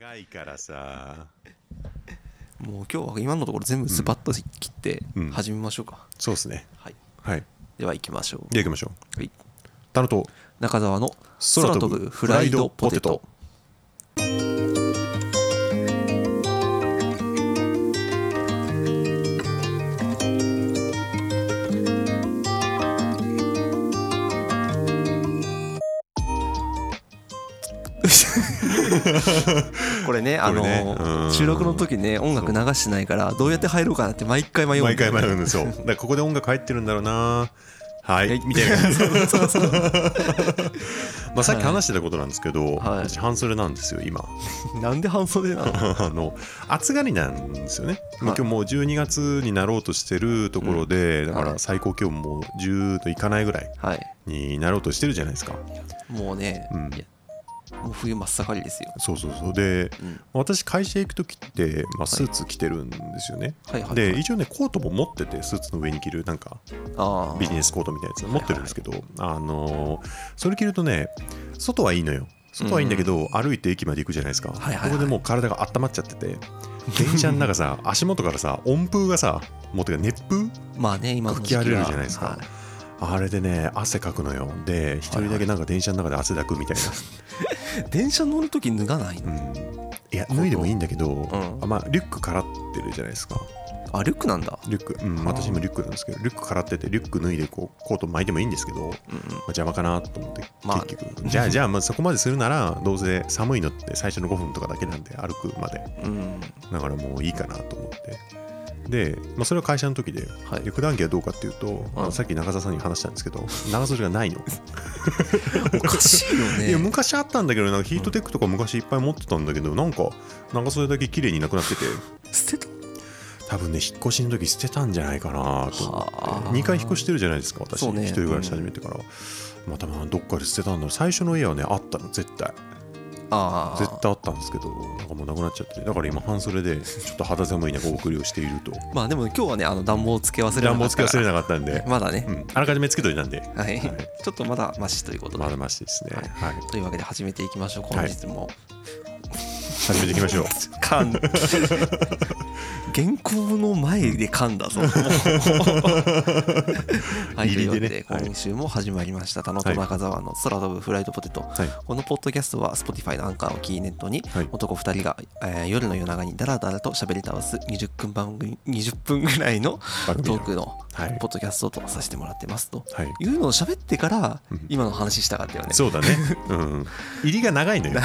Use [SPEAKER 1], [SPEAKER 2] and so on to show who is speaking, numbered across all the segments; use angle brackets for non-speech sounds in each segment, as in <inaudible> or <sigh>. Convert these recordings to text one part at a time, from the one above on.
[SPEAKER 1] 長いからさ
[SPEAKER 2] もう今日は今のところ全部スパッと切って
[SPEAKER 1] うん
[SPEAKER 2] 始めましょうか、
[SPEAKER 1] そうですね
[SPEAKER 2] はい、
[SPEAKER 1] はい
[SPEAKER 2] では行きましょ
[SPEAKER 1] では行きましょう
[SPEAKER 2] う、はい、
[SPEAKER 1] タロと
[SPEAKER 2] 中澤の「
[SPEAKER 1] 空
[SPEAKER 2] 空
[SPEAKER 1] 飛
[SPEAKER 2] 飛
[SPEAKER 1] ぶ
[SPEAKER 2] ぶフライドポ
[SPEAKER 1] <laughs>
[SPEAKER 2] テト」これね、あの
[SPEAKER 1] これねうん
[SPEAKER 2] 収録の時ね音楽流してないからどうやって入ろうかなって毎回迷うん
[SPEAKER 1] 毎
[SPEAKER 2] だよね
[SPEAKER 1] 回迷うんですよだからここで音楽入ってるんだろうなはい、
[SPEAKER 2] はい
[SPEAKER 1] みたいなまあさっき話してたことなんですけど、
[SPEAKER 2] はい
[SPEAKER 1] 私半袖なんですよ今 <laughs>
[SPEAKER 2] なんで半袖なの
[SPEAKER 1] あの暑がりなんですよね、まあ
[SPEAKER 2] はい
[SPEAKER 1] 今日もう12月になろうとしてるところで、だか
[SPEAKER 2] は
[SPEAKER 1] ら
[SPEAKER 2] い
[SPEAKER 1] 最高気温も10度いかないぐらい
[SPEAKER 2] はい
[SPEAKER 1] になろうとしてるじゃないですか
[SPEAKER 2] もうね、
[SPEAKER 1] うん
[SPEAKER 2] いやもう冬真っ盛りですよ、
[SPEAKER 1] そうそうそうで
[SPEAKER 2] うん、
[SPEAKER 1] 私会社行く時って、まあ、スーツ着てるんですよね、
[SPEAKER 2] はいはいはい
[SPEAKER 1] で一応ねコートも持っててスーツの上に着るなんか
[SPEAKER 2] ああ
[SPEAKER 1] ビジネスコートみたいなやつ持ってるんですけど、あのーそれ着るとね外はいいのよ外はいいんだけど、歩いて駅まで行くじゃないですか、
[SPEAKER 2] はいはいはい
[SPEAKER 1] ここでもう体が温まっちゃってて電車の中
[SPEAKER 2] <laughs>
[SPEAKER 1] さ足元からさ温風がさもうてか熱風
[SPEAKER 2] まあね今の時期は
[SPEAKER 1] 空気荒れるじゃないですか
[SPEAKER 2] は
[SPEAKER 1] あれでね汗かくのよで一人だけなんか電車の中で汗だくみたい
[SPEAKER 2] 電車乗る時脱がないの
[SPEAKER 1] な、うんいや脱いでもいいんだけど、
[SPEAKER 2] ん
[SPEAKER 1] あまあ、リュックからってるじゃないですか
[SPEAKER 2] あリュックなんだ
[SPEAKER 1] リュック、うん、
[SPEAKER 2] あー
[SPEAKER 1] 私今リュックなんですけどリュックからっててリュック脱いでこうコート巻いてもいいんですけど、まあ
[SPEAKER 2] うんうん
[SPEAKER 1] 邪魔かなと思って、
[SPEAKER 2] まあ
[SPEAKER 1] 結局じゃあじゃあまあそこまでするならどうせ寒いのって最初の5分とかだけなんで歩くまで
[SPEAKER 2] <laughs> うん
[SPEAKER 1] だからもういいかなと思ってで、まあ、それは会社の時で,、
[SPEAKER 2] はい
[SPEAKER 1] で普段着はどうかっていうと、あのさっき中澤さんに話したんですけど長袖がない
[SPEAKER 2] <laughs>
[SPEAKER 1] の、
[SPEAKER 2] おかしいよね
[SPEAKER 1] いや昔あったんだけどなんかヒートテックとか昔いっぱい持ってたんだけどなんか長袖だけ綺麗になくな
[SPEAKER 2] <laughs>
[SPEAKER 1] ってて
[SPEAKER 2] 捨て
[SPEAKER 1] 多分ね引っ越しの時捨てたんじゃないかなと思って
[SPEAKER 2] はあ
[SPEAKER 1] 2回引っ越してるじゃないですか私
[SPEAKER 2] そう
[SPEAKER 1] 一、
[SPEAKER 2] ね
[SPEAKER 1] 人暮らし始めてから、まあ多分どっかで捨てたんだろう最初の家はねあったの絶対
[SPEAKER 2] たああ
[SPEAKER 1] 絶対あったんですけどなんかもうなくなっちゃってだから今半袖でちょっと肌寒い中お送りをしてい <laughs> ると
[SPEAKER 2] まあでも今日はねあの暖房つけ忘れなかった
[SPEAKER 1] 暖房つけ忘れなかったんで、
[SPEAKER 2] まだね、
[SPEAKER 1] うん、あらかじめつけといたんで
[SPEAKER 2] はい、
[SPEAKER 1] はい
[SPEAKER 2] ちょっとまだマシということで、
[SPEAKER 1] まだましですねはい、
[SPEAKER 2] というわけで始めていきましょう本日も、
[SPEAKER 1] 始めていきましょう
[SPEAKER 2] <laughs> 噛ん原稿の前で噛んだ
[SPEAKER 1] <laughs>
[SPEAKER 2] ぞはい
[SPEAKER 1] 入
[SPEAKER 2] という
[SPEAKER 1] り
[SPEAKER 2] わ
[SPEAKER 1] でね
[SPEAKER 2] けで
[SPEAKER 1] はい
[SPEAKER 2] 今週も始まりました「田野と中澤の空飛ぶフライドポテト」
[SPEAKER 1] はい
[SPEAKER 2] このポッドキャストは Spotify のアンカーをキーネットに、
[SPEAKER 1] はい
[SPEAKER 2] 男2人が、えー夜の夜長にダラダラと喋り倒す20分番組20分ぐらいの
[SPEAKER 1] 番組
[SPEAKER 2] ト
[SPEAKER 1] の
[SPEAKER 2] ークの
[SPEAKER 1] はい
[SPEAKER 2] ポッドキャストとさせてもらってますと、
[SPEAKER 1] はい
[SPEAKER 2] いうのを喋ってから
[SPEAKER 1] うん
[SPEAKER 2] 今の話したかったよね。
[SPEAKER 1] そうだね、うん、入りが長い <laughs> のよ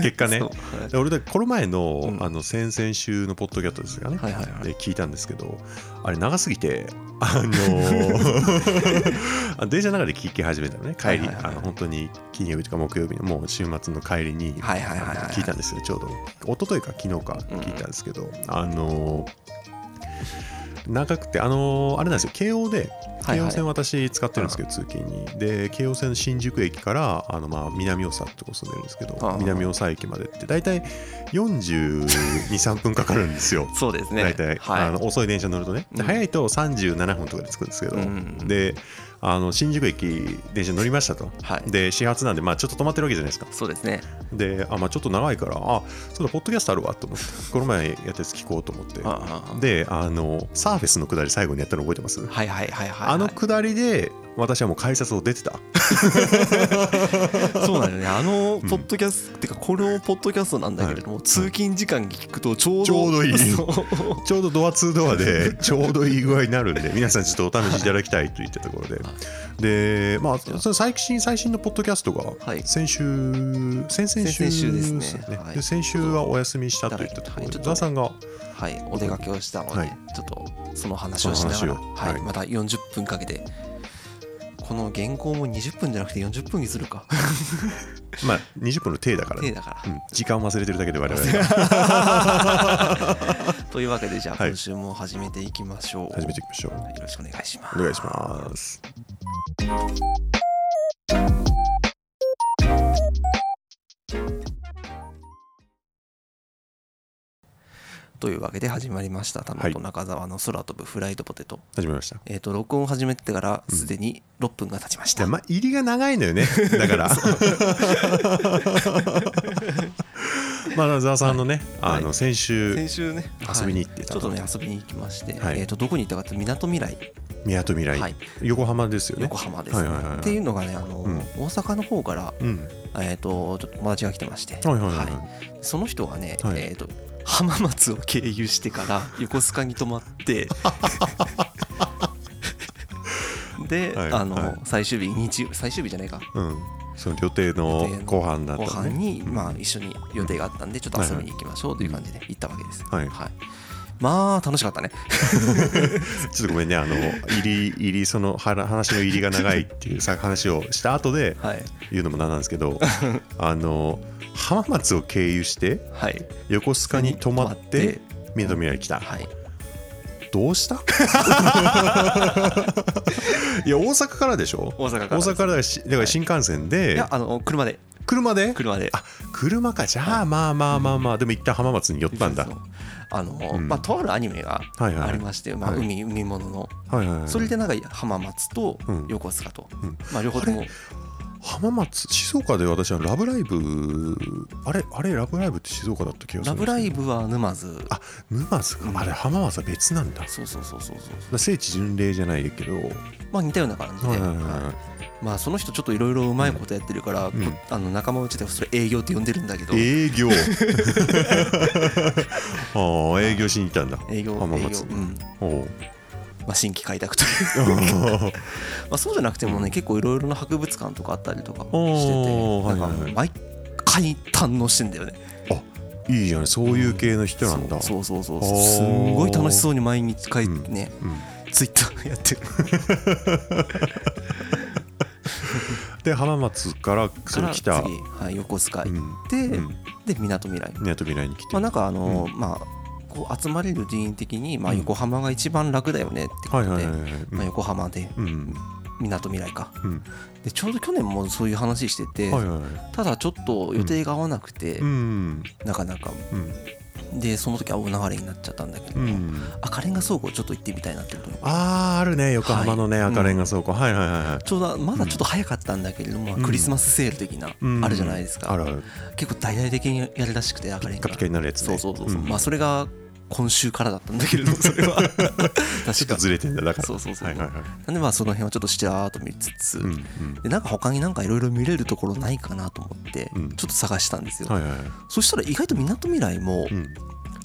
[SPEAKER 1] 結果ね
[SPEAKER 2] そう
[SPEAKER 1] で俺だこの前の,、
[SPEAKER 2] うん
[SPEAKER 1] あの先々週のポッドキャストですがね、
[SPEAKER 2] はいはいはい
[SPEAKER 1] で聞いたんですけどあれ長すぎてあの
[SPEAKER 2] <laughs>
[SPEAKER 1] ーあ電車の中で聞き始めたのね帰り、
[SPEAKER 2] はいはいはい
[SPEAKER 1] あの本当に金曜日とか木曜日のもう週末の帰りに
[SPEAKER 2] はいはいはいはいはい
[SPEAKER 1] 聞いたんですよちょうど一昨日か昨日か聞いたんですけど、あのー長くてあのーあれなんですよ京王で
[SPEAKER 2] はい
[SPEAKER 1] 京
[SPEAKER 2] はい
[SPEAKER 1] 王線私使ってるんですけど、通勤にで京王線の新宿駅からあのまあ南大沢ってとこ住んでるんですけど
[SPEAKER 2] ああ
[SPEAKER 1] 南大沢駅までって大体423分かかるんですよ
[SPEAKER 2] そうです <laughs> ね。
[SPEAKER 1] 大体、
[SPEAKER 2] はい
[SPEAKER 1] あの遅い電車乗るとね、で
[SPEAKER 2] うん
[SPEAKER 1] 早いと37分とかで着くんですけど、
[SPEAKER 2] うん
[SPEAKER 1] であの新宿駅電車乗りましたと、
[SPEAKER 2] はい
[SPEAKER 1] で始発なんで、まあ、ちょっと止まってるわけじゃないですか
[SPEAKER 2] そうですね。
[SPEAKER 1] であ、まあ、ちょっと長いからあそうだポッドキャストあるわと思ってこの前やったやつ聞こうと思って
[SPEAKER 2] あああ
[SPEAKER 1] であのサーフェスのくだり最後にやったの覚えてます、
[SPEAKER 2] はいはいはいはい、
[SPEAKER 1] あの下りで私はもう改札を出てた
[SPEAKER 2] そうなんだよ <laughs> ね。あのポッドキャスト、ってかこのポッドキャストなんだけれども、通勤時間に聞くとちょうど
[SPEAKER 1] ちょうどいい
[SPEAKER 2] そう
[SPEAKER 1] ちょうどドア2ドア
[SPEAKER 2] <laughs>
[SPEAKER 1] でちょうどいい具合になるんで皆さんちょっとお試しいただきたいといったところででまあその最新最新のポッドキャストが
[SPEAKER 2] はい
[SPEAKER 1] 先週、先々週
[SPEAKER 2] 先々週ですねはい
[SPEAKER 1] で先週はお休みしたといったところ
[SPEAKER 2] はいち
[SPEAKER 1] で
[SPEAKER 2] ょっと
[SPEAKER 1] ザワさんが
[SPEAKER 2] はい、お出かけをしたので、
[SPEAKER 1] はい
[SPEAKER 2] ちょっとその話をしながら、
[SPEAKER 1] その話を
[SPEAKER 2] はい
[SPEAKER 1] はい
[SPEAKER 2] また40分かけて。この原稿も20分じゃなくて40分にするか。
[SPEAKER 1] まあ20分の手だ
[SPEAKER 2] <laughs>
[SPEAKER 1] から、
[SPEAKER 2] 手だから
[SPEAKER 1] うん時間忘れてるだけで我々が
[SPEAKER 2] というわけで、じゃあ
[SPEAKER 1] はい
[SPEAKER 2] 今週も始めていきましょう。
[SPEAKER 1] 始めていきましょう
[SPEAKER 2] よろしくお願いします。
[SPEAKER 1] お願いします
[SPEAKER 2] というわけで始まりました。田
[SPEAKER 1] は
[SPEAKER 2] 野
[SPEAKER 1] い
[SPEAKER 2] と中澤の空飛ぶフライドポテト。
[SPEAKER 1] 始めました
[SPEAKER 2] えっ、と、録音始めてからすでに6分が経ちまし
[SPEAKER 1] い
[SPEAKER 2] た。
[SPEAKER 1] やまあ
[SPEAKER 2] <laughs>
[SPEAKER 1] 入りが長いのよねだから <laughs> まあ、ラザーさんのね、
[SPEAKER 2] は
[SPEAKER 1] あ
[SPEAKER 2] い
[SPEAKER 1] の先週、
[SPEAKER 2] 先週ね
[SPEAKER 1] 遊びに行ってた
[SPEAKER 2] はいちょっとね遊びに行きまして、
[SPEAKER 1] はい
[SPEAKER 2] えー、とどこに行ったかってみなとみらい
[SPEAKER 1] 宮とみらい、
[SPEAKER 2] はい
[SPEAKER 1] 横浜ですよね
[SPEAKER 2] 横浜です
[SPEAKER 1] は
[SPEAKER 2] ね、
[SPEAKER 1] いはいはいはい
[SPEAKER 2] っていうのがねあの、
[SPEAKER 1] うん
[SPEAKER 2] 大阪の方から、
[SPEAKER 1] うん
[SPEAKER 2] えー、とちょっと友達が来てまして、
[SPEAKER 1] はいはいはい、
[SPEAKER 2] はいその人がね、
[SPEAKER 1] はい
[SPEAKER 2] えー、と浜松を経由し
[SPEAKER 1] <laughs>
[SPEAKER 2] てから横須賀に泊まってで、
[SPEAKER 1] はい
[SPEAKER 2] あの
[SPEAKER 1] はい
[SPEAKER 2] 最終日日最終日じゃないか
[SPEAKER 1] うんその予定の
[SPEAKER 2] 予定の
[SPEAKER 1] 後半だった
[SPEAKER 2] 後
[SPEAKER 1] ね
[SPEAKER 2] 半に、
[SPEAKER 1] うん
[SPEAKER 2] まあ、一緒に予定があったんでちょっと遊びに行きましょうという感じで行ったわけです、
[SPEAKER 1] はい
[SPEAKER 2] まあ楽しかったね <laughs>
[SPEAKER 1] ちょっとごめんねあの入り入りそのはら話の入りが長いっていうさ話をした後で
[SPEAKER 2] はい
[SPEAKER 1] 言うのもなんなんですけ
[SPEAKER 2] <laughs>
[SPEAKER 1] どあの浜松を経由して
[SPEAKER 2] はい
[SPEAKER 1] 横須賀に泊まってみなとみらい来た、
[SPEAKER 2] はい
[SPEAKER 1] どうした <laughs> いや大阪からでしょ
[SPEAKER 2] 大阪から
[SPEAKER 1] 大阪からだからしだから新幹線
[SPEAKER 2] い
[SPEAKER 1] で、
[SPEAKER 2] やあの車で
[SPEAKER 1] 車で
[SPEAKER 2] 車で
[SPEAKER 1] あ車かじゃあ、まあまあまあまあでも一旦浜松に寄ったんだ
[SPEAKER 2] そうそうあの、
[SPEAKER 1] うん
[SPEAKER 2] まあとあるアニメが
[SPEAKER 1] はいはい
[SPEAKER 2] ありまして、まあ、
[SPEAKER 1] はい
[SPEAKER 2] 海海物の、
[SPEAKER 1] はいはいはい
[SPEAKER 2] それでなんか浜松と
[SPEAKER 1] うん
[SPEAKER 2] 横須賀と、
[SPEAKER 1] うん
[SPEAKER 2] まあ両方と
[SPEAKER 1] あ
[SPEAKER 2] も
[SPEAKER 1] 浜松静岡で私はラブライブあれあれラブライブって静岡だった気がする
[SPEAKER 2] ラ
[SPEAKER 1] ん
[SPEAKER 2] ブ
[SPEAKER 1] ですけど
[SPEAKER 2] ライブは沼津
[SPEAKER 1] あ沼津か、
[SPEAKER 2] うん
[SPEAKER 1] あれ浜松は別なんだだか
[SPEAKER 2] そうそうそうそうそう
[SPEAKER 1] ら聖地巡礼じゃないけど、はい
[SPEAKER 2] まあ似たような感じで、
[SPEAKER 1] はいはい
[SPEAKER 2] は
[SPEAKER 1] はい
[SPEAKER 2] まあその人ちょっといろいろうまいことやってるから、
[SPEAKER 1] ん
[SPEAKER 2] こあの仲間内でそれ営業って呼んでるんだけど、
[SPEAKER 1] い、営 <laughs> 業ああ営業しに行ったんだ
[SPEAKER 2] 営業
[SPEAKER 1] 浜
[SPEAKER 2] 営業
[SPEAKER 1] 松、
[SPEAKER 2] う
[SPEAKER 1] に
[SPEAKER 2] ん
[SPEAKER 1] おう
[SPEAKER 2] まあ、新規開拓という
[SPEAKER 1] <laughs>
[SPEAKER 2] まあそうじゃなくてもね、結構いろいろな博物館とかあったりとかしてて
[SPEAKER 1] おー
[SPEAKER 2] なんか
[SPEAKER 1] はいはい
[SPEAKER 2] 毎回堪能してんだよね
[SPEAKER 1] いいじゃないそういう系の人なんだ、うん、
[SPEAKER 2] そうそうそう
[SPEAKER 1] あ
[SPEAKER 2] そう
[SPEAKER 1] ー
[SPEAKER 2] すんごい楽しそうに毎日書いてね、ツイッターやってる
[SPEAKER 1] で浜松からそ
[SPEAKER 2] か
[SPEAKER 1] れ
[SPEAKER 2] ら
[SPEAKER 1] 来
[SPEAKER 2] 次、
[SPEAKER 1] た、う
[SPEAKER 2] はい、横須賀行
[SPEAKER 1] ん、
[SPEAKER 2] って、
[SPEAKER 1] うん
[SPEAKER 2] でみなとみらい、
[SPEAKER 1] みなとみらいに来て、
[SPEAKER 2] まあ、なんかあの
[SPEAKER 1] う
[SPEAKER 2] まあこう集まれる人員的に、まあ、
[SPEAKER 1] うん
[SPEAKER 2] 横浜が一番楽だよねってこ
[SPEAKER 1] はい
[SPEAKER 2] と
[SPEAKER 1] はい
[SPEAKER 2] で、
[SPEAKER 1] はいはい、うん
[SPEAKER 2] まあ、横浜で
[SPEAKER 1] うん
[SPEAKER 2] みなとみらいか
[SPEAKER 1] うん
[SPEAKER 2] でちょうど去年もそういう話してて、
[SPEAKER 1] はいはいはい
[SPEAKER 2] ただちょっと予定が合わなくて、
[SPEAKER 1] うん
[SPEAKER 2] なかなか
[SPEAKER 1] うん
[SPEAKER 2] でその時はお流れになっちゃったんだけど、
[SPEAKER 1] うん
[SPEAKER 2] 赤レンガ倉庫ちょっと行ってみたいなってことに
[SPEAKER 1] あああるね横浜のね、
[SPEAKER 2] はい
[SPEAKER 1] 赤レンガ倉庫、はいはいはいはい
[SPEAKER 2] ちょうどまだちょっと早かったんだけれども、
[SPEAKER 1] うん
[SPEAKER 2] クリスマスセール的な、
[SPEAKER 1] うん
[SPEAKER 2] あるじゃないですか
[SPEAKER 1] あるある
[SPEAKER 2] 結構大々的にやるらしくて赤レン
[SPEAKER 1] ピ
[SPEAKER 2] ガ
[SPEAKER 1] カピカになるやつ
[SPEAKER 2] そ
[SPEAKER 1] ね
[SPEAKER 2] うそう <laughs> そうそう、
[SPEAKER 1] ん
[SPEAKER 2] まあそれが今週からだったんだ
[SPEAKER 1] <laughs>
[SPEAKER 2] けれどもそれは確
[SPEAKER 1] ちょっ
[SPEAKER 2] か
[SPEAKER 1] とずれてんだだから
[SPEAKER 2] そうそうそう
[SPEAKER 1] はいはいはい
[SPEAKER 2] なんでまあその辺はちょっとしらーっと見つつ、
[SPEAKER 1] うんうん
[SPEAKER 2] でなんか他になんかいろいろ見れるところないかなと思って
[SPEAKER 1] うん
[SPEAKER 2] ちょっと探したんですよ、
[SPEAKER 1] はいはいはい
[SPEAKER 2] そしたら意外とみなとみらいも
[SPEAKER 1] うん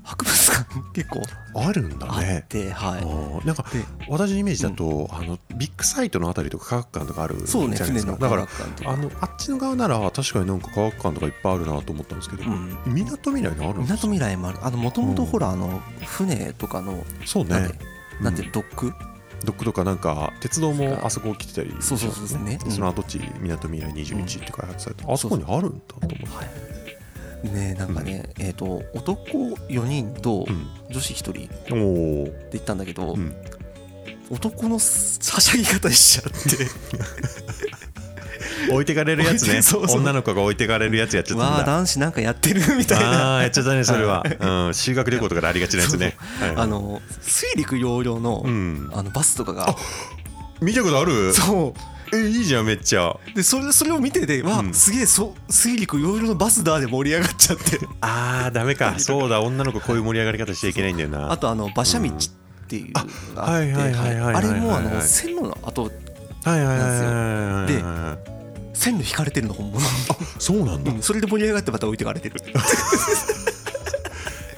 [SPEAKER 2] 博物館結構
[SPEAKER 1] あるんだ
[SPEAKER 2] あっ
[SPEAKER 1] ね
[SPEAKER 2] て、は
[SPEAKER 1] あ
[SPEAKER 2] い
[SPEAKER 1] ーなんか
[SPEAKER 2] で
[SPEAKER 1] 私のイメージだとあのビッグサイトのあたりとか科学館とかあるじ
[SPEAKER 2] そ
[SPEAKER 1] ゃ
[SPEAKER 2] う
[SPEAKER 1] な
[SPEAKER 2] ね
[SPEAKER 1] いで
[SPEAKER 2] 船
[SPEAKER 1] すか
[SPEAKER 2] の
[SPEAKER 1] だか
[SPEAKER 2] 科
[SPEAKER 1] ら
[SPEAKER 2] 学館とか
[SPEAKER 1] あのあっちの側なら確かになんか科学館とかいっぱいあるなと思ったんですけど
[SPEAKER 2] うん
[SPEAKER 1] みなとみらいのあるん
[SPEAKER 2] み
[SPEAKER 1] で
[SPEAKER 2] な
[SPEAKER 1] す
[SPEAKER 2] と
[SPEAKER 1] か
[SPEAKER 2] みらいもあるあのもともとほらあの船とかの、
[SPEAKER 1] そう
[SPEAKER 2] なん
[SPEAKER 1] ね
[SPEAKER 2] でなんていうのドック、
[SPEAKER 1] どっかとかなんか鉄道もあそこ来てたり
[SPEAKER 2] そうそうそうそうね
[SPEAKER 1] でその跡地みなとみらい21って開発されたあそこにあるんだと思って
[SPEAKER 2] はい、ねなんかね、えっ、と男4人と女子1人って
[SPEAKER 1] うんおお
[SPEAKER 2] 言ったんだけど、
[SPEAKER 1] うん
[SPEAKER 2] 男のはしゃぎ方しちゃって
[SPEAKER 1] 置いてかれるやつ <laughs> ね
[SPEAKER 2] そうそう
[SPEAKER 1] 女の子が置いてかれるやつやっちゃったん
[SPEAKER 2] わあ
[SPEAKER 1] だ
[SPEAKER 2] 男子なんかやってる <laughs> みたいな。
[SPEAKER 1] ああーやっちゃったねそれ <laughs> は、うん、修学旅行とかでありがちなやつねはい
[SPEAKER 2] あの水陸両用の,、
[SPEAKER 1] うん
[SPEAKER 2] あのバスとかが
[SPEAKER 1] 見たことある
[SPEAKER 2] そ
[SPEAKER 1] えいいじゃんめっちゃ
[SPEAKER 2] うでそれそれを見てて、わ
[SPEAKER 1] うん
[SPEAKER 2] あすげえそう水陸両用のバスだで盛り上がっちゃって
[SPEAKER 1] あーダメかそうだ女の子こういう盛り上がり方しちゃいけないんだよな
[SPEAKER 2] あとあの馬車道っていうのがあって
[SPEAKER 1] うんあはいはいはいはいはい
[SPEAKER 2] あれもあ
[SPEAKER 1] はい
[SPEAKER 2] の
[SPEAKER 1] はい
[SPEAKER 2] 線路のあと
[SPEAKER 1] はいはいはい
[SPEAKER 2] なん
[SPEAKER 1] はい
[SPEAKER 2] ですよ
[SPEAKER 1] はいで
[SPEAKER 2] 線路引かれてるの本物、
[SPEAKER 1] そうなんだ
[SPEAKER 2] うん、それで盛り上がってまた置いてかれてる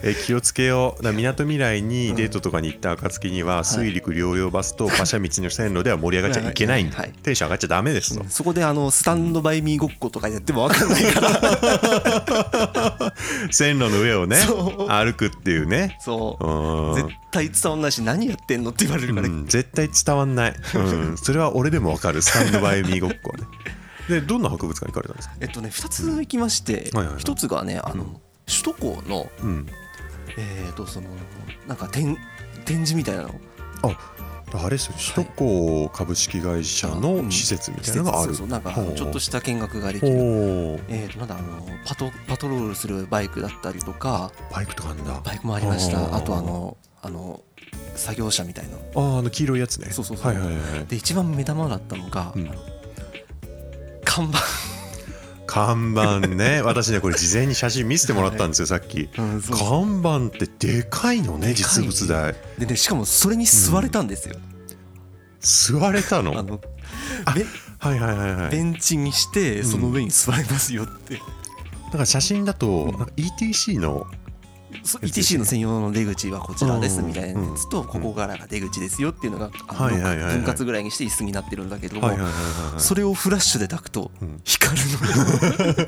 [SPEAKER 1] え気をつけようだみなとみらいにデートとかに行った暁には水陸両用バスと馬車道の線路では盛り上がっちゃいけないんだ
[SPEAKER 2] はいはい
[SPEAKER 1] テンション上がっちゃダメですと
[SPEAKER 2] そこであのスタンドバイミーごっことかやっても分かんない
[SPEAKER 1] <laughs>
[SPEAKER 2] から
[SPEAKER 1] 線路の上をね
[SPEAKER 2] そう
[SPEAKER 1] 歩くっていうね
[SPEAKER 2] そうう
[SPEAKER 1] ーん
[SPEAKER 2] 絶対伝わんないし何やってんのって言われるから、
[SPEAKER 1] うん、絶対伝わんない、うん、それは俺でもわかるスタンドバイミーごっこはねでどんな博物館行かれたんですか、
[SPEAKER 2] えっとね2つ行きまして、一
[SPEAKER 1] はいはいはい
[SPEAKER 2] 1つがねあの、首都高の
[SPEAKER 1] うん、
[SPEAKER 2] えー、とそのなんか展展示みたいなの
[SPEAKER 1] ああれですよ首都高株式会社の施設みたいなのがある、
[SPEAKER 2] 施設そうそうなんかあのちょっと
[SPEAKER 1] し
[SPEAKER 2] した見学ができ
[SPEAKER 1] お
[SPEAKER 2] る、
[SPEAKER 1] ー
[SPEAKER 2] えー、となんだあのパトパトロールするバイクだったりとか
[SPEAKER 1] バイクとかあんだ
[SPEAKER 2] バイクもありまし
[SPEAKER 1] お
[SPEAKER 2] た
[SPEAKER 1] ー
[SPEAKER 2] あとあのあの作業車みたいな
[SPEAKER 1] あーあの黄色いやつね
[SPEAKER 2] そうそうそう
[SPEAKER 1] はいはいはい
[SPEAKER 2] で一番目玉だったのが、
[SPEAKER 1] うん
[SPEAKER 2] 看板
[SPEAKER 1] 看板ね <laughs> 私ねこれ事前に写真見せてもらったんですよさっき
[SPEAKER 2] うんそう
[SPEAKER 1] 看板ってでかいのね実物大
[SPEAKER 2] でねしかもそれに座れたんですよ、
[SPEAKER 1] 座れたの
[SPEAKER 2] あ
[SPEAKER 1] は
[SPEAKER 2] の
[SPEAKER 1] い
[SPEAKER 2] ベ
[SPEAKER 1] はいはいはい
[SPEAKER 2] ベンチにしてその上に座れますよって、
[SPEAKER 1] なんか写真だとなんか ETC の
[SPEAKER 2] そう ETC の専用の出口はこちらですみたいなやつと、
[SPEAKER 1] うん
[SPEAKER 2] ここからが出口ですよっていうのがあの
[SPEAKER 1] はいはいはいはい
[SPEAKER 2] 分割ぐらいにして椅子になってるんだけども、
[SPEAKER 1] はいはいはいはいはい
[SPEAKER 2] それをフラッシュで炊くと
[SPEAKER 1] うん
[SPEAKER 2] 光る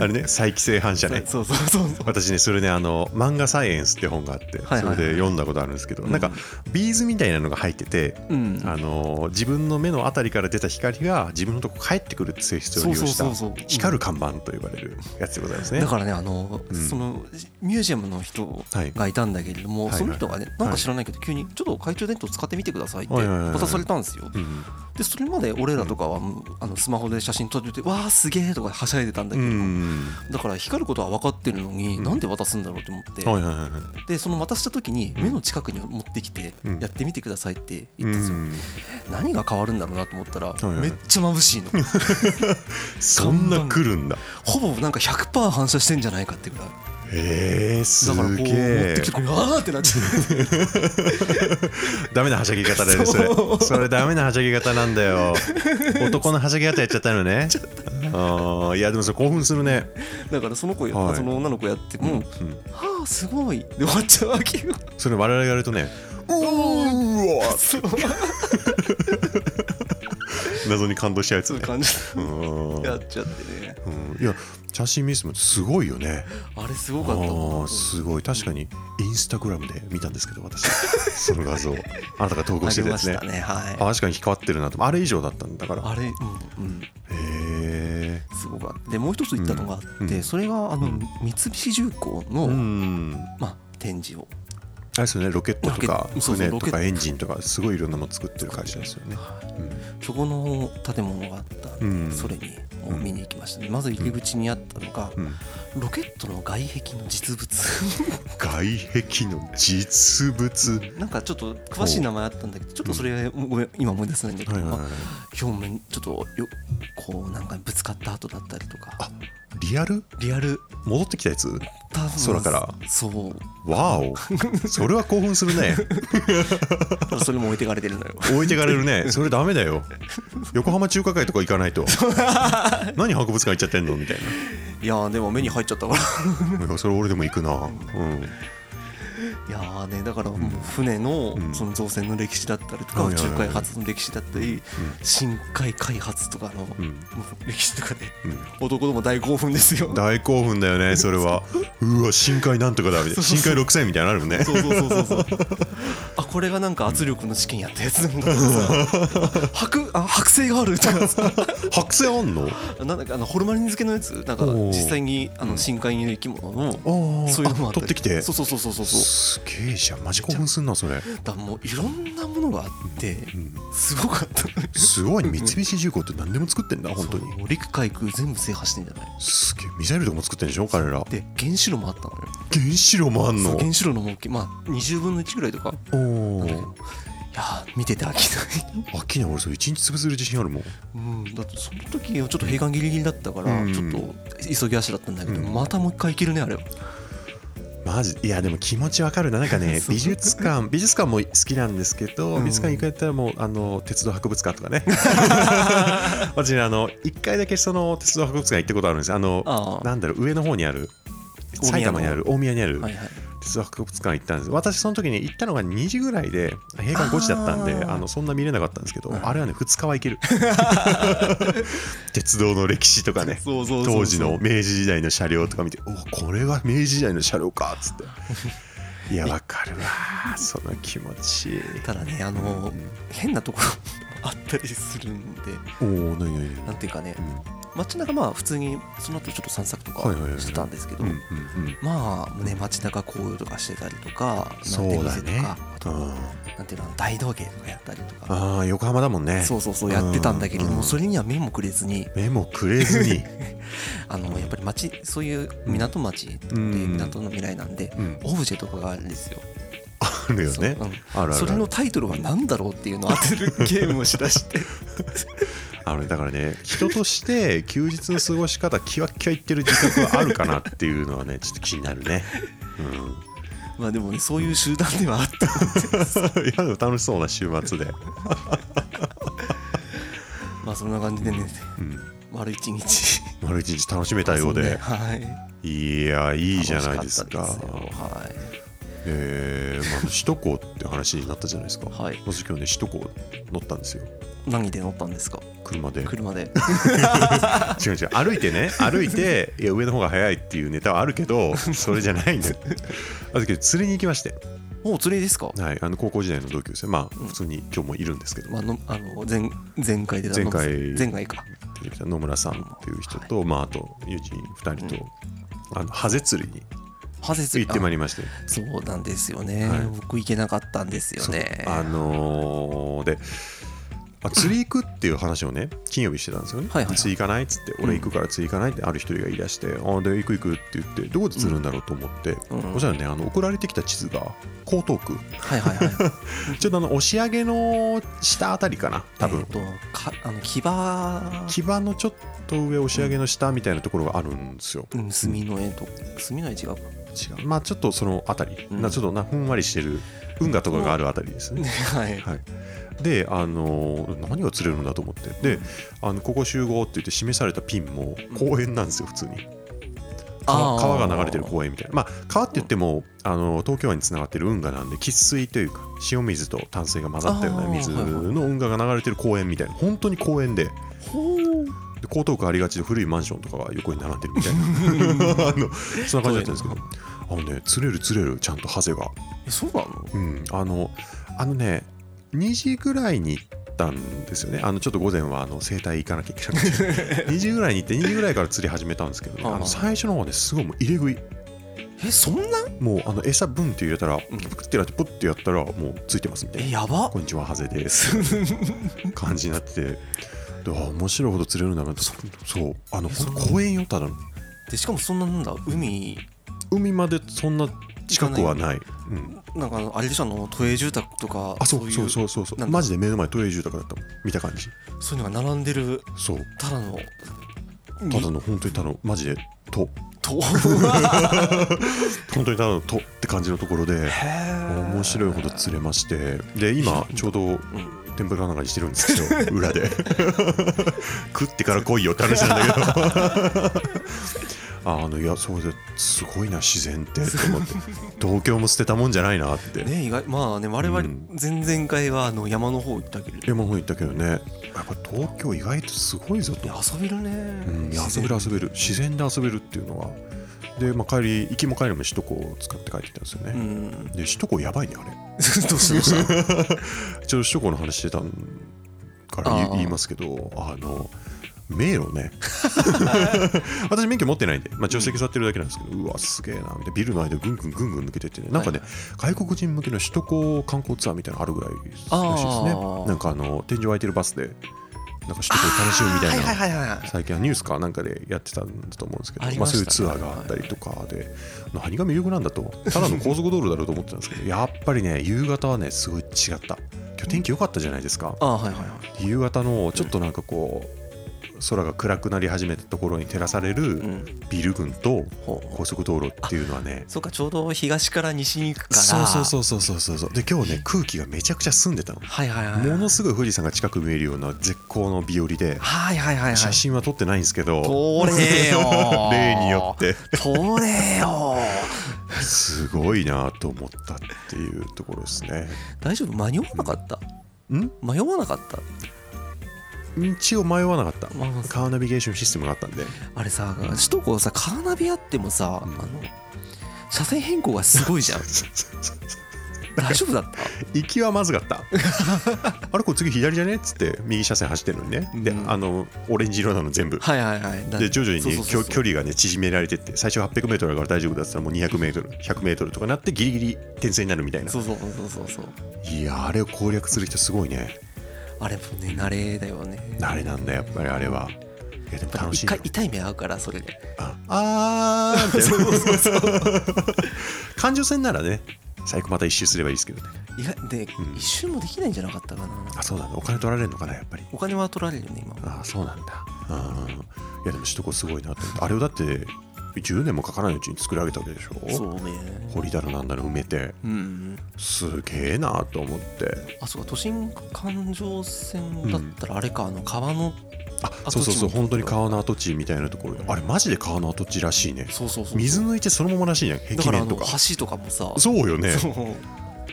[SPEAKER 1] <laughs> あれね再帰性反射
[SPEAKER 2] のよ
[SPEAKER 1] ね
[SPEAKER 2] そうそうそうそう
[SPEAKER 1] 私ねそれねあの漫画サイエンスって本があって
[SPEAKER 2] はいはい
[SPEAKER 1] そ
[SPEAKER 2] はい
[SPEAKER 1] れで読んだことあるんですけど
[SPEAKER 2] うん
[SPEAKER 1] なんかビーズみたいなのが入ってて
[SPEAKER 2] うん
[SPEAKER 1] あの自分の目のあたりから出た光が自分のとこ帰ってくるって性質を利用した
[SPEAKER 2] そうそうそうそう
[SPEAKER 1] 光る看板と呼ばれるやつでございますね
[SPEAKER 2] だからねあの、
[SPEAKER 1] うん
[SPEAKER 2] そのミュージアムの人
[SPEAKER 1] はい
[SPEAKER 2] がいたんだけれども、
[SPEAKER 1] はいはい
[SPEAKER 2] その人がねなんか知らないけど急に「ちょっと懐中電灯使ってみてください」って
[SPEAKER 1] はいはいはいはい
[SPEAKER 2] 渡されたんですよ。
[SPEAKER 1] うん
[SPEAKER 2] でそれまで俺らとかはもうあのスマホで写真撮ってて「わあすげえ」とかはしゃいでたんだ
[SPEAKER 1] う
[SPEAKER 2] けど、
[SPEAKER 1] ん
[SPEAKER 2] だから光ることは分かってるのに、なんで渡すんだろうと思って、
[SPEAKER 1] はいはいはいはい
[SPEAKER 2] でその渡した時に目の近くに持ってきて
[SPEAKER 1] うん
[SPEAKER 2] やってみてくださいって言
[SPEAKER 1] う
[SPEAKER 2] ったんですよ、
[SPEAKER 1] ん
[SPEAKER 2] 何が変わるんだろうなと思ったら、
[SPEAKER 1] いはい
[SPEAKER 2] めっちゃ眩
[SPEAKER 1] <laughs>
[SPEAKER 2] しいの
[SPEAKER 1] そんな来るんだ
[SPEAKER 2] ほぼなんか100%反射してんじゃないかってぐらい
[SPEAKER 1] へえす
[SPEAKER 2] だからこう持
[SPEAKER 1] げ
[SPEAKER 2] って
[SPEAKER 1] え
[SPEAKER 2] きてああーってなっちゃう
[SPEAKER 1] ダメなはしゃぎ方だよねそれ
[SPEAKER 2] そう
[SPEAKER 1] それダメなはしゃぎ方なんだ
[SPEAKER 2] <laughs>
[SPEAKER 1] よ男のはしゃぎ方やっちゃったのねあーいやでもそれ興奮するね <laughs>
[SPEAKER 2] だからその子や、
[SPEAKER 1] はい
[SPEAKER 2] その女の子やっても、は
[SPEAKER 1] うん
[SPEAKER 2] あすごいで終わっちゃうわけよ
[SPEAKER 1] それ我々がやるとねうーわ
[SPEAKER 2] <laughs> そう
[SPEAKER 1] 謎に感動しちゃうやつ
[SPEAKER 2] そうい
[SPEAKER 1] ね
[SPEAKER 2] う感じ
[SPEAKER 1] うん
[SPEAKER 2] やっちゃってね
[SPEAKER 1] うんいや写真見せてもすごいよね
[SPEAKER 2] あれすご
[SPEAKER 1] あ
[SPEAKER 2] かった
[SPEAKER 1] ーすごい確かにインスタグラムで見たんですけど私 <laughs> その画像あなたが投稿して
[SPEAKER 2] あ
[SPEAKER 1] た
[SPEAKER 2] り
[SPEAKER 1] や
[SPEAKER 2] ま
[SPEAKER 1] つ
[SPEAKER 2] し
[SPEAKER 1] ね
[SPEAKER 2] たねは
[SPEAKER 1] あ確かに光ってるなとあれ以上だったんだか
[SPEAKER 2] い
[SPEAKER 1] らへ
[SPEAKER 2] あれうん、うん、
[SPEAKER 1] え
[SPEAKER 2] すごかったでもう一つ言ったのがあって、
[SPEAKER 1] うんうん
[SPEAKER 2] それがあ
[SPEAKER 1] う
[SPEAKER 2] の
[SPEAKER 1] ん
[SPEAKER 2] 三菱重工の、
[SPEAKER 1] うん
[SPEAKER 2] まあ、展示を
[SPEAKER 1] あれですよねロケットとか
[SPEAKER 2] ロケそうそう
[SPEAKER 1] 船
[SPEAKER 2] ロ
[SPEAKER 1] と
[SPEAKER 2] ケット
[SPEAKER 1] かエンジンとかすごいいろんなもの作ってる会社ですよね。
[SPEAKER 2] そこの建物があったんで、
[SPEAKER 1] うん
[SPEAKER 2] それにもう見に行きましたね、まず入り口にあったのが、
[SPEAKER 1] うん
[SPEAKER 2] ロケットの外壁の実物
[SPEAKER 1] <laughs> 外壁の実物
[SPEAKER 2] なんかちょっと詳しい名前あったんだけどちょっとそれごめん今思い出せないんだけど、
[SPEAKER 1] はいはいはい
[SPEAKER 2] まあ、表面ちょっとよこうなんかぶつかった跡だったりとか
[SPEAKER 1] あリアル
[SPEAKER 2] リアル
[SPEAKER 1] 戻ってきた
[SPEAKER 2] <laughs>
[SPEAKER 1] やつ
[SPEAKER 2] 多分
[SPEAKER 1] 空から
[SPEAKER 2] そう
[SPEAKER 1] わおそれは興奮するね
[SPEAKER 2] だからそれも置いてかれてるの
[SPEAKER 1] <laughs>
[SPEAKER 2] よ
[SPEAKER 1] 置いてかれるねそれダメだよ横浜中華街とか行か <laughs> ないと何博物館行っちゃってんのみたい
[SPEAKER 2] いやーでも目に入っちゃったから
[SPEAKER 1] ないやそれ俺でも行くなうん
[SPEAKER 2] いやーねだからもう船の
[SPEAKER 1] うん
[SPEAKER 2] その造船の歴史だったりとか
[SPEAKER 1] はい
[SPEAKER 2] 宇
[SPEAKER 1] はいはい
[SPEAKER 2] 宙開発の歴史だったり深海開発とかのも
[SPEAKER 1] う
[SPEAKER 2] うん歴史とかで
[SPEAKER 1] うん
[SPEAKER 2] 男ども大興奮ですよ。
[SPEAKER 1] 大興奮だよねそれはうわ深海なんとかだみたいな
[SPEAKER 2] そうそう
[SPEAKER 1] 深海6000みたいになるもんね
[SPEAKER 2] そうそうそうそ
[SPEAKER 1] <laughs>
[SPEAKER 2] うそう。あこれがなんか圧力の試験やったやつなんだとかさ。白あ剥製があるとか <laughs> さ。
[SPEAKER 1] 剥製あんの
[SPEAKER 2] なんだっけあのホルマリン漬けのやつなんか
[SPEAKER 1] おー
[SPEAKER 2] 実際にあの深海にいる生き物の
[SPEAKER 1] ああ
[SPEAKER 2] そういうのもあった
[SPEAKER 1] 取
[SPEAKER 2] り
[SPEAKER 1] ってきて
[SPEAKER 2] そうそうそうそうそうそう。
[SPEAKER 1] すげえじゃんマジ興奮すんなそれ
[SPEAKER 2] だからもういろんなものがあって
[SPEAKER 1] ん
[SPEAKER 2] すごかった。
[SPEAKER 1] すごいね三菱重工って何でも作ってんだ本当に
[SPEAKER 2] そう陸海空全部制覇してんじゃない
[SPEAKER 1] すげえミサイルとかも作ってんでしょ彼ら
[SPEAKER 2] で原子炉もあったのよ
[SPEAKER 1] 原子炉もあん
[SPEAKER 2] そう
[SPEAKER 1] の
[SPEAKER 2] 原子炉の儲けまあ20分の1ぐらいとか
[SPEAKER 1] お
[SPEAKER 2] なん
[SPEAKER 1] お
[SPEAKER 2] だけどいやー見てて飽きない、
[SPEAKER 1] 飽きない俺それ一日潰せる自信あるもん
[SPEAKER 2] うん、だってその時はちょっと閉館ギリギリだったから、
[SPEAKER 1] うん
[SPEAKER 2] ちょっと急ぎ足だったんだけど、
[SPEAKER 1] うん
[SPEAKER 2] またもう一回行けるねあれは
[SPEAKER 1] マジいやでも気持ちわかるななんかね
[SPEAKER 2] <laughs> そう
[SPEAKER 1] 美術館美術館も好きなんですけど、
[SPEAKER 2] うん
[SPEAKER 1] 美術館行くやったらもうあの鉄道博物館とか
[SPEAKER 2] <laughs>
[SPEAKER 1] ね私ねあの一回だけその鉄道博物館行ったことあるんですあの
[SPEAKER 2] ああ
[SPEAKER 1] なんだろう上の方にある
[SPEAKER 2] 大宮の
[SPEAKER 1] 埼玉にある大宮にある
[SPEAKER 2] はいはい
[SPEAKER 1] 鉄道博物館行ったんです私その時に行ったのが2時ぐらいで閉館5時だったんで
[SPEAKER 2] あー
[SPEAKER 1] あのそんな見れなかったんですけど、
[SPEAKER 2] うん
[SPEAKER 1] あれはね2日は
[SPEAKER 2] <laughs>
[SPEAKER 1] 行ける鉄道の歴史とかね
[SPEAKER 2] そうそうそうそう
[SPEAKER 1] 当時の明治時代の車両とか見ておこれが明治時代の車両かっつって
[SPEAKER 2] <laughs>
[SPEAKER 1] いやわかるわその気持ちいい
[SPEAKER 2] ただねあのー変なところあったりするんで
[SPEAKER 1] おお何何
[SPEAKER 2] なんていうかね街中まあ普通にその後ちょっと散策とか
[SPEAKER 1] はいはいはいはい
[SPEAKER 2] してたんですけど
[SPEAKER 1] うんうんうん
[SPEAKER 2] まあね街中紅葉とかしてたりとか
[SPEAKER 1] そうだ
[SPEAKER 2] なんて店
[SPEAKER 1] ね
[SPEAKER 2] とかあと
[SPEAKER 1] うん
[SPEAKER 2] なんていうの大道芸とかやったりとか
[SPEAKER 1] ああ横浜だもんね
[SPEAKER 2] そうそうそうやってたんだけれど
[SPEAKER 1] う
[SPEAKER 2] も
[SPEAKER 1] ん
[SPEAKER 2] それには目もくれずに
[SPEAKER 1] 目もくれず
[SPEAKER 2] <laughs>
[SPEAKER 1] に
[SPEAKER 2] あのやっぱり町そういう港町で
[SPEAKER 1] うん
[SPEAKER 2] 港の未来なんで
[SPEAKER 1] うん
[SPEAKER 2] オブジェとかがあるんですよ
[SPEAKER 1] あるよね
[SPEAKER 2] そううん
[SPEAKER 1] あるあ
[SPEAKER 2] そ
[SPEAKER 1] る
[SPEAKER 2] れ
[SPEAKER 1] あ
[SPEAKER 2] の
[SPEAKER 1] る <laughs>
[SPEAKER 2] タイトルは何だろうっていうのを当てるゲームをしだして
[SPEAKER 1] あのねだからね人として休日の過ごし方キワッキワ言ってる自覚はあるかなっていうのはねちょっと気になる
[SPEAKER 2] <laughs>
[SPEAKER 1] ね、
[SPEAKER 2] まあでもねそういう集団ではあった
[SPEAKER 1] うん、いやでも楽しそうな週末
[SPEAKER 2] <laughs>
[SPEAKER 1] で、
[SPEAKER 2] まあそんな感じでね
[SPEAKER 1] うん、
[SPEAKER 2] 丸一日
[SPEAKER 1] 丸一日楽しめたようで
[SPEAKER 2] 遊んはい
[SPEAKER 1] いやいいじゃないですか
[SPEAKER 2] 楽しったですよはい
[SPEAKER 1] えーまあ、首都高って話になったじゃないですか、
[SPEAKER 2] はい
[SPEAKER 1] 私今日ね首都高乗ったんですよ
[SPEAKER 2] 何で乗ったんですか
[SPEAKER 1] 車で
[SPEAKER 2] 車
[SPEAKER 1] <laughs>
[SPEAKER 2] で
[SPEAKER 1] 違う違う歩いて
[SPEAKER 2] <laughs>
[SPEAKER 1] ね歩いていや上の方が早いっていうネタはあるけどそれじゃないんだよあだけど釣りに行きまして、
[SPEAKER 2] もう釣りですか
[SPEAKER 1] はい、あの高校時代の同級生まあ普通に今日もいるんですけど、
[SPEAKER 2] まあ、のあの前前回でだ
[SPEAKER 1] 前回
[SPEAKER 2] 前回か
[SPEAKER 1] テレビの野村さんっていう人と、まあ、あと友人2人と、あのハゼ釣りに
[SPEAKER 2] ハゼ釣
[SPEAKER 1] 行っ
[SPEAKER 2] り
[SPEAKER 1] てまい
[SPEAKER 2] り
[SPEAKER 1] りまして
[SPEAKER 2] そうなんですよね、
[SPEAKER 1] はい
[SPEAKER 2] 僕行けなかったんですよね
[SPEAKER 1] あのーであ釣り行くっていう話をね金曜日してたんですよね、
[SPEAKER 2] はいはいはい
[SPEAKER 1] 釣り行かないっつって俺行くから釣り行かないってある一人が言い出して、あで行く行くって言ってどこで釣るんだろうと思って、
[SPEAKER 2] うん
[SPEAKER 1] そしたらねあの送られてきた地図が江東区
[SPEAKER 2] はいはいはい
[SPEAKER 1] ちょっとあの押上の下あたりかな <laughs> 多
[SPEAKER 2] え
[SPEAKER 1] 分
[SPEAKER 2] っとかあの騎馬
[SPEAKER 1] 基盤のちょっと上押上の下みたいなところがあるんですよ、
[SPEAKER 2] うん墨の絵と墨の絵違うか
[SPEAKER 1] 違うまあちょっとそのあたり、
[SPEAKER 2] うん
[SPEAKER 1] なちょっとなふんわりしてる運河とかがあるあたりですね、
[SPEAKER 2] はい
[SPEAKER 1] はい、で、あのー何が釣れるんだと思ってであのここ集合って言って示されたピンも公園なんですよ普通に川川が流れてる公園みたいなまあ川って言っても、あのー東京湾につながってる運河なんで喫水というか塩水と淡水が混ざったような
[SPEAKER 2] あー
[SPEAKER 1] 水
[SPEAKER 2] はいはい
[SPEAKER 1] の運河が流れてる公園みたいな本当に公園で。
[SPEAKER 2] ほう
[SPEAKER 1] で江東区ありがちで古いマンションとかが横に並んでるみたい
[SPEAKER 2] <laughs>
[SPEAKER 1] なあのそんな感じだったんですけどあのね釣れる釣れるちゃんとハゼが
[SPEAKER 2] えそうなの
[SPEAKER 1] うん、あのあのね2時ぐらいに行ったんですよねあのちょっと午前はあの整体行かなきゃいけなくて
[SPEAKER 2] <laughs>
[SPEAKER 1] 2時ぐらいに行って2時ぐらいから釣り始めたんですけどね、
[SPEAKER 2] ああ
[SPEAKER 1] あの最初の方ねすごいもう入れ食い
[SPEAKER 2] えそんな
[SPEAKER 1] もうあの餌ブンって入れたらプ
[SPEAKER 2] ん
[SPEAKER 1] ッてやってポッてやったらもうついてますみたい
[SPEAKER 2] え
[SPEAKER 1] な
[SPEAKER 2] や
[SPEAKER 1] 「
[SPEAKER 2] ば
[SPEAKER 1] こんにちはハゼです」感じになってて。であ面白いほど釣れるんだなってそそうあの
[SPEAKER 2] えそんな
[SPEAKER 1] 公園よただの
[SPEAKER 2] <laughs> でしかもそんななんだ海
[SPEAKER 1] 海までそんな近くはない、うん、
[SPEAKER 2] なんかあのあれでしょあの都営住宅とか
[SPEAKER 1] あそうそうそううそうそう
[SPEAKER 2] なんだ
[SPEAKER 1] マジで目の前都営住宅だったもん見た感じ
[SPEAKER 2] いうそういうのが並んでる
[SPEAKER 1] そう
[SPEAKER 2] ただの
[SPEAKER 1] ただの本当にただのマジでと
[SPEAKER 2] と
[SPEAKER 1] <laughs> 本当にただのとって感じのところで面白いほど釣れましてで今ちょうど天ぷらかなんかにしてるんですけ <laughs> ど裏で食ってから来いよって話なんだけど <laughs> ああのいやそうですごいな自然ってと思って東京も捨てたもんじゃないなって
[SPEAKER 2] ね意外まあね我
[SPEAKER 1] う
[SPEAKER 2] 々
[SPEAKER 1] ん
[SPEAKER 2] 前々回はあの山の方行ったけれど
[SPEAKER 1] 山の方行ったけどねやっぱ東京意外とすごいぞと
[SPEAKER 2] いや遊べるね
[SPEAKER 1] うん、いや
[SPEAKER 2] 自
[SPEAKER 1] 遊べ
[SPEAKER 2] 然
[SPEAKER 1] る遊べる自然で遊べるっていうのはで、まあ、帰り行きも帰りも首都高を使って帰ってきたんですよね、
[SPEAKER 2] うん
[SPEAKER 1] で首都高やばいねあれ
[SPEAKER 2] どうしたどうし
[SPEAKER 1] ち
[SPEAKER 2] た
[SPEAKER 1] ょっと首都高の話してたんから
[SPEAKER 2] あ
[SPEAKER 1] 言
[SPEAKER 2] ー
[SPEAKER 1] 言いますけどあの迷路ね <laughs> 私免許持ってないんで、まあ、助手席座ってるだけなんですけど、うわすげえなみたいなビルの間ぐんぐんぐんぐん抜けてってねなんかね、
[SPEAKER 2] は
[SPEAKER 1] 外国人向けの首都高観光ツアーみたいなのあるぐらいらしいです
[SPEAKER 2] あ
[SPEAKER 1] ね
[SPEAKER 2] ー
[SPEAKER 1] なんかあの天井空いてるバスでなんか首都高楽しむみたいな
[SPEAKER 2] はいはいはいはい
[SPEAKER 1] 最近はニュースかなんかでやってたんだと思うんですけど
[SPEAKER 2] あり
[SPEAKER 1] ま
[SPEAKER 2] ま
[SPEAKER 1] あ、
[SPEAKER 2] し
[SPEAKER 1] そう
[SPEAKER 2] た
[SPEAKER 1] いう
[SPEAKER 2] ね
[SPEAKER 1] ツアーがあったりとかで、何が魅力なんだとただの高速道路だろうと思ってたんですけどやっぱりね夕方はねすごい違った今日天気良かったじゃないですか
[SPEAKER 2] あはいはいはい
[SPEAKER 1] 夕方のちょっとなんかこう空が暗くなり始めたところに照らされる
[SPEAKER 2] うん
[SPEAKER 1] ビル群と
[SPEAKER 2] ほう
[SPEAKER 1] 高速道路っていうのはね
[SPEAKER 2] そうかちょうど東から西に行くから
[SPEAKER 1] そうそうそうそうそうそうそうで今日ね空気がめちゃくちゃ澄んでたの
[SPEAKER 2] はいはいはい
[SPEAKER 1] ものすごい富士山が近く見えるような絶好の日和で
[SPEAKER 2] はいはいはいはい
[SPEAKER 1] 写真は撮ってないんですけど
[SPEAKER 2] 撮れよ
[SPEAKER 1] <laughs> 例によって
[SPEAKER 2] 撮れよ
[SPEAKER 1] すごいなと思ったっていうところですね。
[SPEAKER 2] 大丈夫迷わなかった
[SPEAKER 1] ん
[SPEAKER 2] 迷わなかった
[SPEAKER 1] 道を迷わなかった
[SPEAKER 2] 迷わなかっ。た
[SPEAKER 1] カーナビゲーションシステムがあったんで。 <laughs>
[SPEAKER 2] あれさ首都高さカーナビあってもさ、
[SPEAKER 1] うん
[SPEAKER 2] あの車線変更がすごいじゃん大丈夫だった
[SPEAKER 1] 行きはまずかった。 <laughs> あれこれ次左じゃねっつって右車線走ってるのにね。で、
[SPEAKER 2] うん
[SPEAKER 1] あのオレンジ色なの全部。
[SPEAKER 2] はいはいはいだ
[SPEAKER 1] <laughs> で徐々にね
[SPEAKER 2] そう
[SPEAKER 1] き
[SPEAKER 2] そう
[SPEAKER 1] ょ
[SPEAKER 2] そう
[SPEAKER 1] 距離がね縮められてって最初 800m だから大丈夫だっつったらもう 200m、100m とかなってギリギリ転生になるみたいな。
[SPEAKER 2] そうそうそうそうそう
[SPEAKER 1] いやあれを攻略する人すごいね。
[SPEAKER 2] あれもね慣れだよね
[SPEAKER 1] あれなんだやっぱりあれは。いやでも楽しいよ
[SPEAKER 2] 一回。痛い目合うからそれで
[SPEAKER 1] ああーみたいな。
[SPEAKER 2] そうそうそう
[SPEAKER 1] 環状線ならね最後また一周すればいいですけどね
[SPEAKER 2] <laughs> 意外で、
[SPEAKER 1] うん
[SPEAKER 2] 一周もできないんじゃなかったかな
[SPEAKER 1] あそうなんだお金取られるのかなやっぱり
[SPEAKER 2] お金は取られるよね今
[SPEAKER 1] あそうなんだうんいやでも首都高すごいなって思ったあれをだって10年もかからないうちに作り上げたわけでしょ
[SPEAKER 2] そうね
[SPEAKER 1] 堀だろなんだろ埋めて
[SPEAKER 2] うんうん
[SPEAKER 1] すげえなと思って
[SPEAKER 2] あそうか都心環状線だったらあれか、あの川の
[SPEAKER 1] あ
[SPEAKER 2] あ
[SPEAKER 1] そうそうそう
[SPEAKER 2] 跡地も
[SPEAKER 1] 本当に川の跡地みたいなところであれマジで川の跡地らしいね
[SPEAKER 2] そうそうそう
[SPEAKER 1] 水抜いてそのままらしいね
[SPEAKER 2] だか
[SPEAKER 1] 壁
[SPEAKER 2] らあ
[SPEAKER 1] 面と
[SPEAKER 2] の
[SPEAKER 1] か
[SPEAKER 2] 橋とかもさ
[SPEAKER 1] そうよね
[SPEAKER 2] そう
[SPEAKER 1] お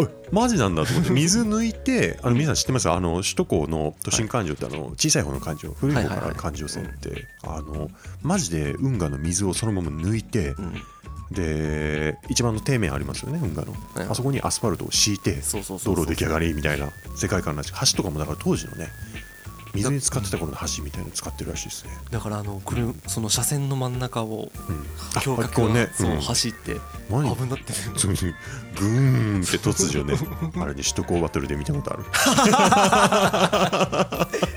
[SPEAKER 1] いマジなんだと思
[SPEAKER 2] <laughs>
[SPEAKER 1] って水抜いてあの皆さん知ってますあの首都高の都心環状ってあの小さい方の環状古い方からの環状線ってあのマジで運河の水をそのまま抜いて
[SPEAKER 2] うん
[SPEAKER 1] で一番の底面ありますよね運河の
[SPEAKER 2] はい
[SPEAKER 1] あそこにアスファルトを敷いて
[SPEAKER 2] そうそうそ
[SPEAKER 1] 道
[SPEAKER 2] うそう
[SPEAKER 1] 路出来上がりみたいな世界観らしい橋とかもだから当時のね水に使ってた頃の橋みたいなの使ってるらしいですね。
[SPEAKER 2] だからあの車その車線の真ん中を
[SPEAKER 1] うん
[SPEAKER 2] 橋
[SPEAKER 1] あこ
[SPEAKER 2] 脚
[SPEAKER 1] う
[SPEAKER 2] が、
[SPEAKER 1] ね
[SPEAKER 2] そう
[SPEAKER 1] うん
[SPEAKER 2] 走って危
[SPEAKER 1] 何
[SPEAKER 2] なってる
[SPEAKER 1] そういうグーンって突如 <laughs> ねあれに首都高バトルで見たことある <laughs>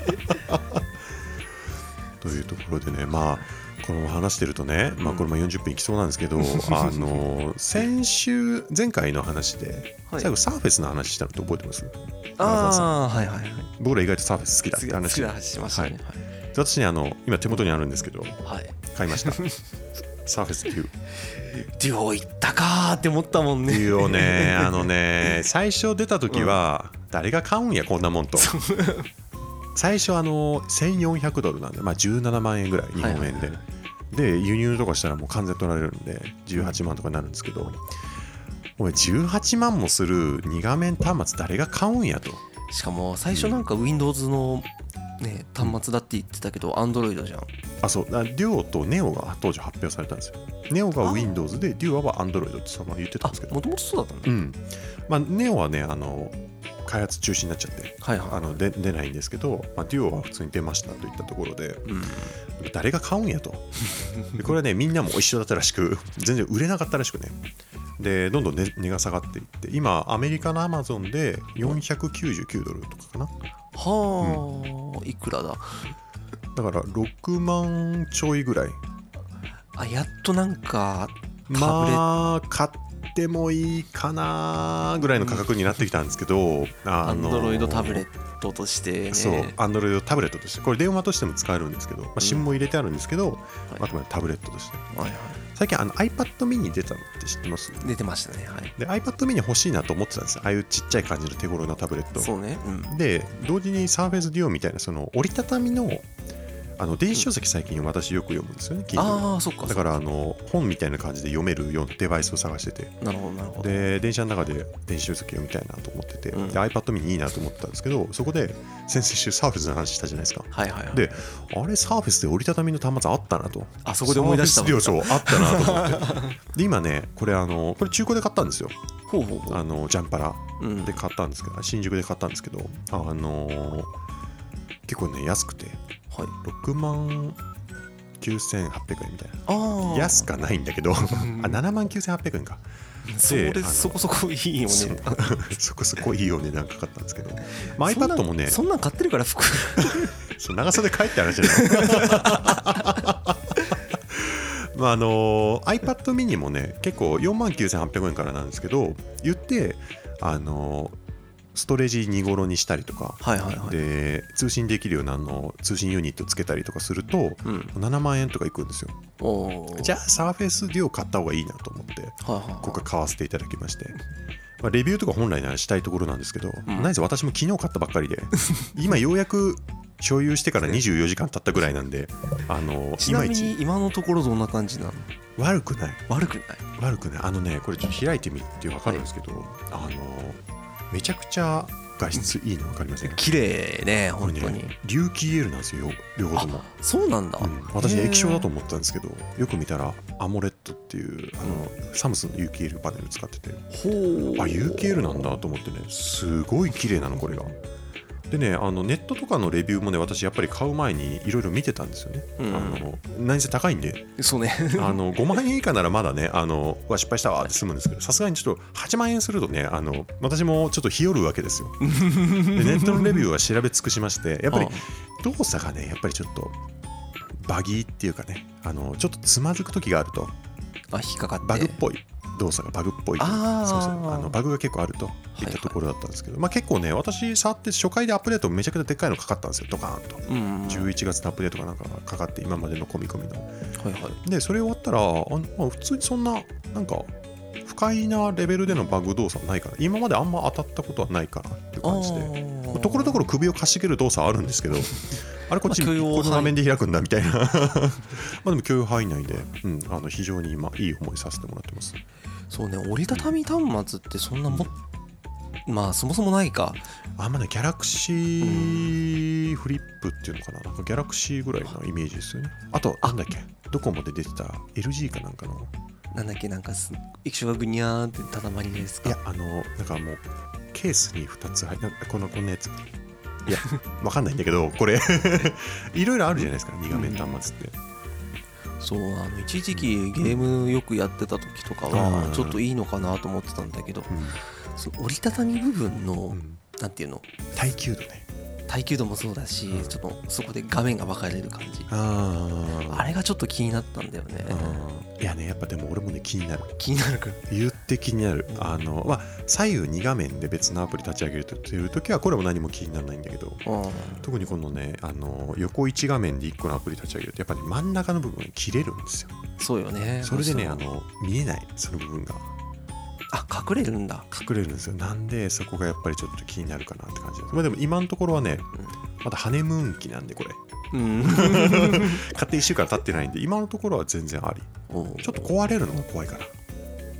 [SPEAKER 1] というところでねまあこのまま話してるとね、まあ、これも40分いきそうなんですけ <laughs> ど、あの先週前回の話で
[SPEAKER 2] はい
[SPEAKER 1] 最後サーフェスの話したのって覚えてます、
[SPEAKER 2] ああはいはいはい
[SPEAKER 1] 僕ら意外とサーフェス好きだって
[SPEAKER 2] 次は
[SPEAKER 1] 話
[SPEAKER 2] 次は走しましたね
[SPEAKER 1] 私ねあの今手元にあるんですけど
[SPEAKER 2] はい、はい、
[SPEAKER 1] 買い <laughs> ましたサーフェス9
[SPEAKER 2] デュオ行ったかーって思ったもんね
[SPEAKER 1] いうよねあのね最初出た時は誰が買うんやこんなもんと最初あの1400ドルなんで、まあ、17万円ぐらい日本円で、
[SPEAKER 2] はいはいは
[SPEAKER 1] で輸入とかしたらもう完全取られるんで18万とかになるんですけどおい18万もする2画面端末誰が買うんやと
[SPEAKER 2] しかも最初なんか Windows のね端末だって言ってたけど Android じゃん
[SPEAKER 1] あそうあデュオとネオが当時発表されたんですよネオが Windows でデュオは Android ってそのまま言ってたん
[SPEAKER 2] あ
[SPEAKER 1] ですけど
[SPEAKER 2] もともとそうだったんだ
[SPEAKER 1] うんまあネオはねあの開発中止になっちゃって
[SPEAKER 2] はいはい
[SPEAKER 1] あので出ないんですけど、まあ、デュオは普通に出ましたといったところで
[SPEAKER 2] うん
[SPEAKER 1] 誰が買うんやとでこれはねみんなも一緒だったらしく全然売れなかったらしくねでどんどん値値が下がっていって今アメリカのアマゾンで499ドルとかかな
[SPEAKER 2] はあいくらだ
[SPEAKER 1] だから6万ちょいぐらい
[SPEAKER 2] あやっとなんかタブレット
[SPEAKER 1] まあ買ってもいいかなぐらいの価格になってきたんですけど、あの
[SPEAKER 2] Android タブレットとしてね
[SPEAKER 1] そう、アンドロイドタブレットとして、これ電話としても使えるんですけど、まあ、SIM も入れてあるんですけど、
[SPEAKER 2] い
[SPEAKER 1] あくまでタブレットとして。
[SPEAKER 2] はいは
[SPEAKER 1] 最近あの iPad mini 出たのって知ってます
[SPEAKER 2] い出てましたねはい
[SPEAKER 1] で iPad mini 欲しいなと思ってたんですよ。ああいうちっちゃい感じの手頃なタブレット。
[SPEAKER 2] そうねうん
[SPEAKER 1] で、同時に Surface Duo みたいな、その折りたたみの、あの電子書籍最近私よく読むんですよね、Kindle
[SPEAKER 2] ああそっか
[SPEAKER 1] だからあの本みたいな感じで読めるようなデバイスを探してて、
[SPEAKER 2] なるほどなるほど
[SPEAKER 1] で電車の中で電子書籍読みたいなと思ってて、
[SPEAKER 2] うん
[SPEAKER 1] で iPad mini いいなと思ってたんですけど、そこで先々週 Surface の話したじゃないですか。
[SPEAKER 2] はいはいはい
[SPEAKER 1] であれサーフェスで折りたたみの端末あったなと
[SPEAKER 2] あそこで思い出したわ
[SPEAKER 1] サーフェス量そうあったなと思ってで今ねこれあのこれ中古で買ったんですよ
[SPEAKER 2] ほうほうほ
[SPEAKER 1] あのジャンパラ
[SPEAKER 2] ううん
[SPEAKER 1] で買ったんですけど新宿で買ったんですけどあのー結構ね安くて
[SPEAKER 2] はい
[SPEAKER 1] 6万9800円みたい
[SPEAKER 2] あ
[SPEAKER 1] な
[SPEAKER 2] あ
[SPEAKER 1] 安かないんだけどあ
[SPEAKER 2] ん
[SPEAKER 1] 7万9800円か <laughs>
[SPEAKER 2] それ
[SPEAKER 1] であの
[SPEAKER 2] そこそこいいよね
[SPEAKER 1] そうそこそこいいお値段かかったんですけど、まあ、
[SPEAKER 2] そんな
[SPEAKER 1] iPad もね
[SPEAKER 2] そんなん買ってるから服
[SPEAKER 1] そう長袖帰って話じゃない <laughs> まああの iPad mini もね結構4万9800円からなんですけど言ってあのストレージ2頃にしたりとか、
[SPEAKER 2] はいはいはい
[SPEAKER 1] で通信できるようなあの通信ユニットつけたりとかすると
[SPEAKER 2] うん
[SPEAKER 1] 7万円とかいくんですよ
[SPEAKER 2] おお
[SPEAKER 1] じゃあ Surface Duo 買った方がいいなと思って
[SPEAKER 2] はいはいはい
[SPEAKER 1] 今回買わせていただきまして、まあ、レビューとか本来ならしたいところなんですけど、
[SPEAKER 2] ん
[SPEAKER 1] 何せ私も昨日買ったばっかりで今ようやく所有してから24時間経ったぐらいなんであの
[SPEAKER 2] ち
[SPEAKER 1] い
[SPEAKER 2] な
[SPEAKER 1] ま
[SPEAKER 2] み
[SPEAKER 1] いち
[SPEAKER 2] に今のところどんな感じなの
[SPEAKER 1] 悪くない
[SPEAKER 2] 悪くない
[SPEAKER 1] 悪くないあのねこれちょっと開いてみて分かるんですけど、あのめちゃくちゃ画質いいの分かりません
[SPEAKER 2] 綺麗ね
[SPEAKER 1] これ
[SPEAKER 2] 本当に
[SPEAKER 1] ね隆起 EL なんですよ両方とも
[SPEAKER 2] あ。そうなんだ
[SPEAKER 1] うん私液晶だと
[SPEAKER 2] へ
[SPEAKER 1] 思ってたんですけどよく見たらアモレットっていうあの、サムスンの UKL パネル使ってて
[SPEAKER 2] ーほう
[SPEAKER 1] あ UKL なんだと思ってねすごい綺麗なのこれがでねあのネットとかのレビューもね私やっぱり買う前にいろいろ見てたんですよね、
[SPEAKER 2] うん
[SPEAKER 1] あの何せ高いん
[SPEAKER 2] <laughs>
[SPEAKER 1] で
[SPEAKER 2] そうね
[SPEAKER 1] あの5万円以下ならまだねあのうわ失敗したわって済むんですけどさすがにちょっと8万円するとねあの私もちょっと日和るわけ
[SPEAKER 2] <laughs>
[SPEAKER 1] ですよでネットのレビューは調べ尽くしましてやっぱり
[SPEAKER 2] あ
[SPEAKER 1] 動作がねやっぱりちょっとバギーっていうかねあのちょっとつまずく時があると
[SPEAKER 2] <laughs> あ引っかかって
[SPEAKER 1] バグっぽい動作がバグっぽいという
[SPEAKER 2] あー
[SPEAKER 1] かそうそうあのバグが結構あるといったところだったんですけど、まあ、結構ね私触って初回でアップデートめちゃくちゃでっかいのかかったんですよドカーンと
[SPEAKER 2] うんはい
[SPEAKER 1] 11月のアップデートがなんかかかって今までの込み込みの
[SPEAKER 2] はい
[SPEAKER 1] でそれ終わったらあの、まあ普通にそんななんか不快なレベルでのバグ動作はないから今まであんま当たったことはないかなっていう感じで
[SPEAKER 2] あー
[SPEAKER 1] ところどころ首をかしげる動作はあるんです
[SPEAKER 2] <laughs>
[SPEAKER 1] けどあれこっち
[SPEAKER 2] まあ許容範囲
[SPEAKER 1] この画面で開くんだみたいな <laughs> まあでも許容範囲内で、うん、あの非常に今いい思いさせてもらってます
[SPEAKER 2] そうね折りたたみ端末ってそんなもまあそもそもないか
[SPEAKER 1] あんまねギャラクシーフリップっていうのかななんかギャラクシーぐらいのイメージですよねあとなんだっけどこまで出てた LG かなんかの
[SPEAKER 2] なんだっけなんかす液晶がぐにゃーってただまりです
[SPEAKER 1] い
[SPEAKER 2] か
[SPEAKER 1] やあのなんかもうケースに2つ入ってこのこんなやついやわかんないんだけどこれ <laughs> いろいろあるじゃないですか2画面端末って、
[SPEAKER 2] そうあの一時期ゲームよくやってた時とかは
[SPEAKER 1] うん
[SPEAKER 2] ちょっといいのかなと思ってたんだけどその折りたたみ部分の、
[SPEAKER 1] うん
[SPEAKER 2] なんていうの
[SPEAKER 1] 耐久度ね
[SPEAKER 2] 耐久度もそうだし、
[SPEAKER 1] うん
[SPEAKER 2] ちょっとそこで画面が分かれる感じ、
[SPEAKER 1] あー
[SPEAKER 2] あれがちょっと気になったんだよね、
[SPEAKER 1] うんいやねやっぱでも俺もね気になる
[SPEAKER 2] 気になるくらい
[SPEAKER 1] 言って気になる
[SPEAKER 2] うん
[SPEAKER 1] あのまあ左右2画面で別のアプリ立ち上げるとっていう時はこれも何も気にならないんだけど
[SPEAKER 2] うん
[SPEAKER 1] 特にこのねあの横1画面で1個のアプリ立ち上げるとやっぱり真ん中の部分が切れるんですよ
[SPEAKER 2] そうよね
[SPEAKER 1] それでね
[SPEAKER 2] う
[SPEAKER 1] あの見えないその部分が
[SPEAKER 2] あ隠れるんだ
[SPEAKER 1] 隠れるんですよなんでそこがやっぱりちょっと気になるかなって感じですまあでも今のところはね
[SPEAKER 2] うん
[SPEAKER 1] まだハネムーン期なんでこれ
[SPEAKER 2] うん
[SPEAKER 1] 勝手1週間経ってないんで今のところは全然あり
[SPEAKER 2] おう
[SPEAKER 1] ちょっと壊れるのが怖いから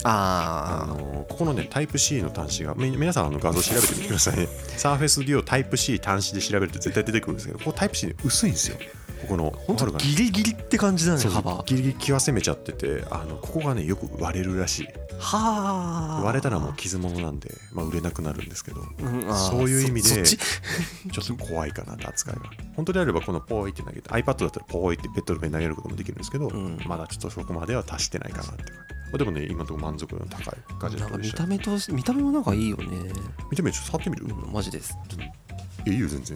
[SPEAKER 1] あ
[SPEAKER 2] あ
[SPEAKER 1] のここのねタイプ C の端子がみ皆さんあの画像調べてみてください
[SPEAKER 2] <laughs>
[SPEAKER 1] ねサーフェスデュオタイプ C 端子で調べると絶対出てくるんですけどここタイプ C ね薄いんですよここの
[SPEAKER 2] あ本
[SPEAKER 1] わかる
[SPEAKER 2] 当
[SPEAKER 1] かな
[SPEAKER 2] ギリギリって感じだね
[SPEAKER 1] そう
[SPEAKER 2] 幅は
[SPEAKER 1] ギリギリ際攻めちゃっててあのここがねよく割れるらしい
[SPEAKER 2] あ
[SPEAKER 1] 割れたらもう傷物なんで、まあ、売れなくなるんですけど
[SPEAKER 2] うんあー
[SPEAKER 1] そういう意味で
[SPEAKER 2] そそっち
[SPEAKER 1] ちょっと怖いかなって扱いが。本当であれば、このポーイって投げて、iPad だったらポーイってベッドの上に投げることもできるんですけど、
[SPEAKER 2] うん
[SPEAKER 1] まだちょっとそこまでは達してないかなって感じ。まあでもね、今のところ満足の高いガジェ
[SPEAKER 2] な
[SPEAKER 1] ッ
[SPEAKER 2] ん
[SPEAKER 1] ト
[SPEAKER 2] か
[SPEAKER 1] でし
[SPEAKER 2] 見
[SPEAKER 1] た。
[SPEAKER 2] た目とし見た目もなんかいいよね
[SPEAKER 1] 見てみるちょっと触ってみる、
[SPEAKER 2] うんマジです
[SPEAKER 1] いやいいよ、全 <laughs> 然。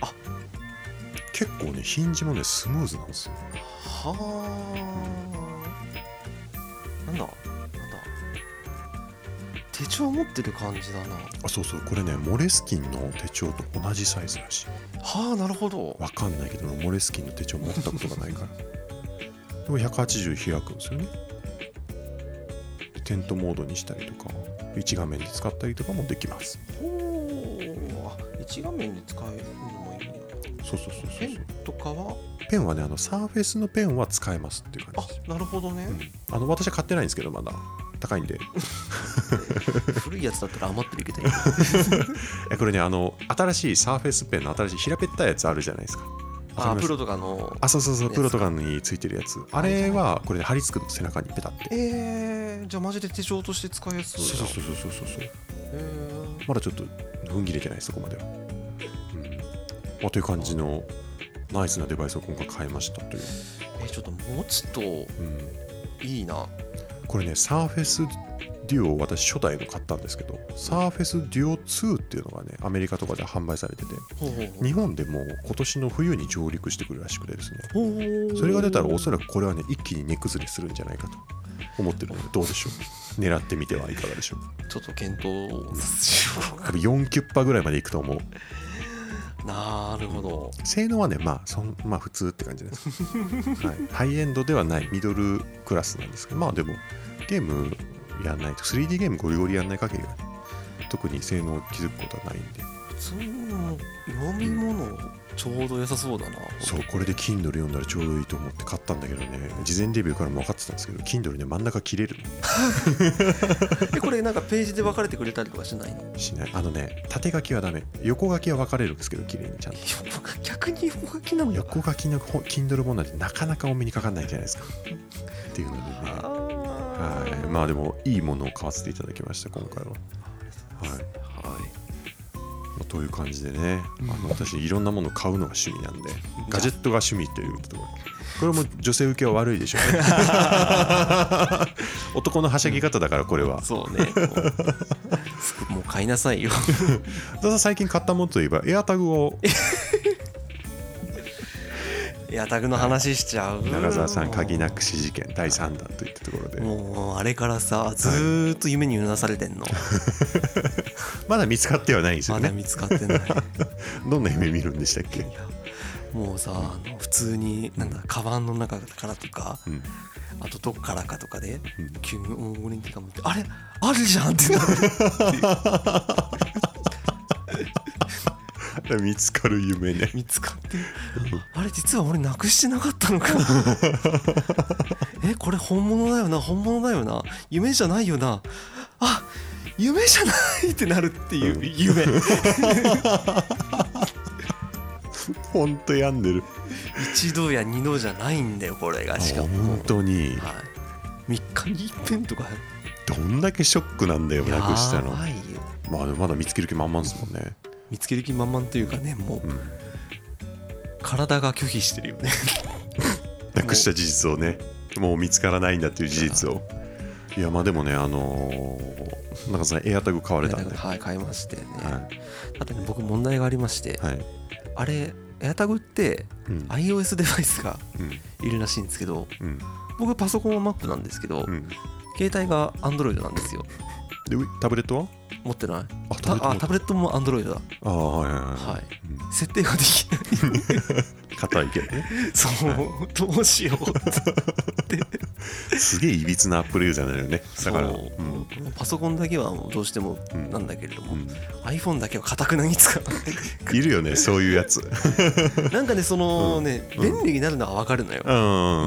[SPEAKER 1] あ結構ね、ヒンジもね、スムーズなんですよ。
[SPEAKER 2] はあなんだなんだ手帳持ってる感じだな
[SPEAKER 1] あ、そうそう、これね、モレスキンの手帳と同じサイズらしい。
[SPEAKER 2] はあなるほど
[SPEAKER 1] わかんないけど、モレスキンの手帳持ったことがないから。 <laughs> でも180開くんですよね。でテントモードにしたりとか、1画面で使ったりとかもできます。
[SPEAKER 2] ほう一画面で使えるのもいいな
[SPEAKER 1] そうそうそうそ
[SPEAKER 2] ペ
[SPEAKER 1] うそう
[SPEAKER 2] ン。とかは
[SPEAKER 1] ペンはね、あのサーフェスのペンは使えますっていう感じ
[SPEAKER 2] あ
[SPEAKER 1] です。
[SPEAKER 2] なるほどね
[SPEAKER 1] うんあの私は買ってないんですけど、まだ高いんで。い
[SPEAKER 2] 古いやつだったら余ってるけどいい
[SPEAKER 1] やこれね、あの新しいサーフェスペンの新しい平べったいやつあるじゃないですか。わかります
[SPEAKER 2] <laughs> あプロとかの
[SPEAKER 1] あ、そうそうそう、
[SPEAKER 2] やつ
[SPEAKER 1] プロとかについてるやつ。あれは、これで貼り付くの背中にペタって。
[SPEAKER 2] えー、じゃあマジで手帳として使えそ
[SPEAKER 1] そうそ
[SPEAKER 2] うだな
[SPEAKER 1] うそうそうそう。
[SPEAKER 2] へー
[SPEAKER 1] まだちょっと踏ん切れてないそこまでは。うんまあ、という感じのナイスなデバイスを今回買いましたという。
[SPEAKER 2] えちょっと持つと
[SPEAKER 1] うん
[SPEAKER 2] いいな
[SPEAKER 1] これね、サーフェスデュオを私初代の買ったんですけど、サーフェスデュオ2っていうのがね、アメリカとかで販売されてて、
[SPEAKER 2] ほうほうほう
[SPEAKER 1] 日本でも今年の冬に上陸してくるらしくてですね、
[SPEAKER 2] ほう
[SPEAKER 1] それが出たらおそらくこれはね、一気に値崩れするんじゃないかと思ってるので、どうでしょう。狙ってみてはいかがでしょう。
[SPEAKER 2] ちょっと検討をしよう
[SPEAKER 1] 多分4キュッパぐらいまでいくと思う。
[SPEAKER 2] なるほど。
[SPEAKER 1] 性能はね、まあ、そんまあ普通って感じです、 <laughs> はい、ハイエンドではないミドルクラスなんですけどまあでもゲームやんないと 3D ゲームゴリゴリやんない限りはね特に性能を気づくことはないんで
[SPEAKER 2] 普通の読み物ちょうど良さそうだな。
[SPEAKER 1] そうこれで Kindle 読んだらちょうどいいと思って買ったんだけどね事前レビューからも分かってたんですけど Kindle ね真ん中切れる
[SPEAKER 2] <laughs> えこれなんかページで分かれてくれたりとかしないの？
[SPEAKER 1] のしないあのね縦書きはダメ横書きは分かれるんですけど綺麗にちゃんと
[SPEAKER 2] 横書き逆に横書きなのよ。
[SPEAKER 1] <laughs> 横書きのほ Kindle 本なんてなかなかお目にかかんないじゃないですかっていうのでね
[SPEAKER 2] は
[SPEAKER 1] はい、まあでもいいものを買わせていただきました今回は。はい
[SPEAKER 2] はい。
[SPEAKER 1] まあという感じでね、あの私いろんなものを買うのが趣味なんでガジェットが趣味というところこれも女性受けは悪いでしょう <laughs> ね男のはしゃぎ方だからこれは
[SPEAKER 2] そうね。もうす <laughs> ぐもう買いなさ
[SPEAKER 1] <laughs>
[SPEAKER 2] いよ。
[SPEAKER 1] ただ最近買ったものといえばエアタグを
[SPEAKER 2] いやタグの話しちゃう
[SPEAKER 1] 長澤さん鍵なくし事件第3弾といったところで
[SPEAKER 2] もうあれからさずーっと夢にうなされてんの、
[SPEAKER 1] まだ見つかってはないですよ
[SPEAKER 2] まだ
[SPEAKER 1] ね
[SPEAKER 2] 見つかって
[SPEAKER 1] <laughs>
[SPEAKER 2] ない
[SPEAKER 1] どんな夢見るんでしたっけ
[SPEAKER 2] いやもうさあの普通になんだカバンの中からとか、
[SPEAKER 1] うん
[SPEAKER 2] あとどっからかとかで、
[SPEAKER 1] うん
[SPEAKER 2] 急に大盛りに手が持ってあれあるじゃんってなる
[SPEAKER 1] 見つかる夢ね
[SPEAKER 2] 見つかってあれ実は俺なくしてなかったの
[SPEAKER 1] <laughs>
[SPEAKER 2] かえこれ本物だよな本物だよな夢じゃないよなあ夢じゃないってなるっていう夢
[SPEAKER 1] ほんと病んでる
[SPEAKER 2] 一度や二度じゃないんだよこれがしかも
[SPEAKER 1] 本当に
[SPEAKER 2] はい、3日に一遍とか
[SPEAKER 1] どんだけショックなんだよなくしたの
[SPEAKER 2] やばいよ
[SPEAKER 1] まあでもまだ見つける気満々ですもんね
[SPEAKER 2] 見つける気満々というかねもう、
[SPEAKER 1] ん
[SPEAKER 2] 体が拒否してるよね
[SPEAKER 1] なくした事実をねもう見つからないんだっていう事実をいやまあでもねあのー、中田さんエアタグ買われ
[SPEAKER 2] <laughs>
[SPEAKER 1] たんでは
[SPEAKER 2] はい買いましてね、
[SPEAKER 1] い
[SPEAKER 2] ただね僕問題がありまして、
[SPEAKER 1] はい
[SPEAKER 2] あれエアタグって
[SPEAKER 1] うん
[SPEAKER 2] iOS デバイスが
[SPEAKER 1] うん
[SPEAKER 2] いるらしいんですけど
[SPEAKER 1] うん
[SPEAKER 2] 僕パソコンは Mac なんですけど、
[SPEAKER 1] うん
[SPEAKER 2] 携帯が Android なんですよ
[SPEAKER 1] でういタブレットは
[SPEAKER 2] 持ってない
[SPEAKER 1] あ
[SPEAKER 2] たあタ
[SPEAKER 1] タブレットも
[SPEAKER 2] ブレットも Android だ
[SPEAKER 1] ああはいはいはい、
[SPEAKER 2] はい
[SPEAKER 1] うん
[SPEAKER 2] 設定ができない
[SPEAKER 1] 硬いけどね <laughs>
[SPEAKER 2] そうどうしよう
[SPEAKER 1] すげえいびつなアップルユーザーなのよねだから
[SPEAKER 2] そう
[SPEAKER 1] うん
[SPEAKER 2] パソコンだけはもうどうしても
[SPEAKER 1] うん
[SPEAKER 2] なんだけれども、
[SPEAKER 1] うん
[SPEAKER 2] iPhone だけはかたくな
[SPEAKER 1] <laughs>
[SPEAKER 2] に使わない
[SPEAKER 1] いるよねそういうやつ
[SPEAKER 2] なんかねそのね、
[SPEAKER 1] うん
[SPEAKER 2] 便利になるのは分かるのよ、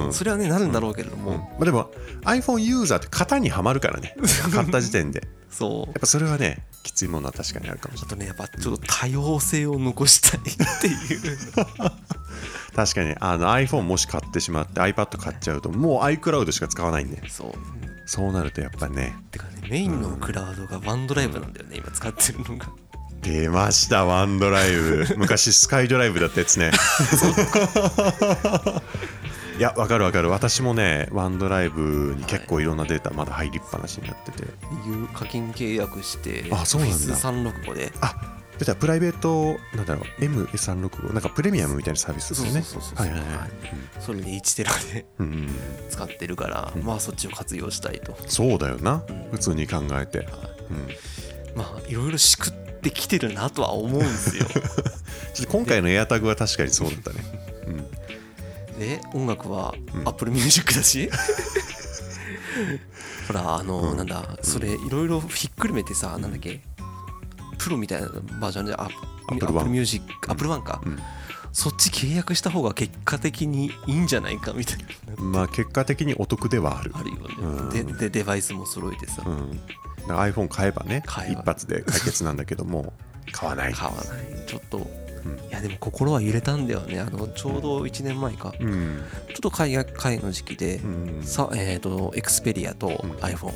[SPEAKER 1] うん
[SPEAKER 2] それはねなるんだろうけれども、
[SPEAKER 1] うんまあ、でも iPhone ユーザーって型にはまるから
[SPEAKER 2] <laughs>
[SPEAKER 1] ね買った時点でや
[SPEAKER 2] そう
[SPEAKER 1] っぱそれはねきついものは確かにあるかもし
[SPEAKER 2] あ
[SPEAKER 1] れ
[SPEAKER 2] とねやっぱちょっと多様性を残したいっていう
[SPEAKER 1] ない確かにあの iPhone もし買ってしまって iPad 買っちゃうともう iCloud しか使わないんで
[SPEAKER 2] そう
[SPEAKER 1] そうなるとやっぱね
[SPEAKER 2] てかねメインのクラウドがワンドライブなんだよね今使ってるのが
[SPEAKER 1] 出ましたワンドライブ <laughs> 昔スカイドライブだったやつ
[SPEAKER 2] <laughs>
[SPEAKER 1] ねいやわかるわかる私もねワンドライブに結構いろんなデータまだ入りっぱなしになってて、
[SPEAKER 2] 有課金契約して
[SPEAKER 1] あそうなんだ
[SPEAKER 2] Office365 で
[SPEAKER 1] あ出たプライベートなんだろう M365 なんかプレミアムみたいなサービスですよね
[SPEAKER 2] そうそうそうそ
[SPEAKER 1] はい
[SPEAKER 2] う
[SPEAKER 1] はいは
[SPEAKER 2] はいいそれで1テラで
[SPEAKER 1] うんうん
[SPEAKER 2] 使ってるから、まあそっちを活用したいと
[SPEAKER 1] そうだよな、
[SPEAKER 2] うん
[SPEAKER 1] 普通に考えて、うん、ち
[SPEAKER 2] まあいろいろしくってきてるなとは思うんで
[SPEAKER 1] <laughs>
[SPEAKER 2] すよ
[SPEAKER 1] ょっと今回のエアタグは確かにそうだったね、うん、
[SPEAKER 2] で音楽は
[SPEAKER 1] ん
[SPEAKER 2] Apple Music
[SPEAKER 1] <laughs>
[SPEAKER 2] だしほらあの、
[SPEAKER 1] うん
[SPEAKER 2] なんだそれいろいろひっくるめてさなんだっけプロみたいなバージョンで
[SPEAKER 1] Apple
[SPEAKER 2] Apple
[SPEAKER 1] One
[SPEAKER 2] Music Apple One か、
[SPEAKER 1] うん
[SPEAKER 2] そっち契約した方が結果的にいいんじゃないかみたいな
[SPEAKER 1] まあ結果的にお得ではある
[SPEAKER 2] あるよね、
[SPEAKER 1] うん
[SPEAKER 2] ででデバイスも揃えてさ、
[SPEAKER 1] うん、だから iPhone 買えばね
[SPEAKER 2] 買え
[SPEAKER 1] 一
[SPEAKER 2] ば
[SPEAKER 1] 発で解決なんだけど
[SPEAKER 2] <laughs>
[SPEAKER 1] も買わない
[SPEAKER 2] 買わないちょっと、
[SPEAKER 1] ん
[SPEAKER 2] いやでも心は揺れたんだよねあのちょうど1年前か、ちょ
[SPEAKER 1] うん
[SPEAKER 2] っと海外海の時期で、
[SPEAKER 1] うん
[SPEAKER 2] さえー、とエクスペリアと
[SPEAKER 1] ん
[SPEAKER 2] iPhone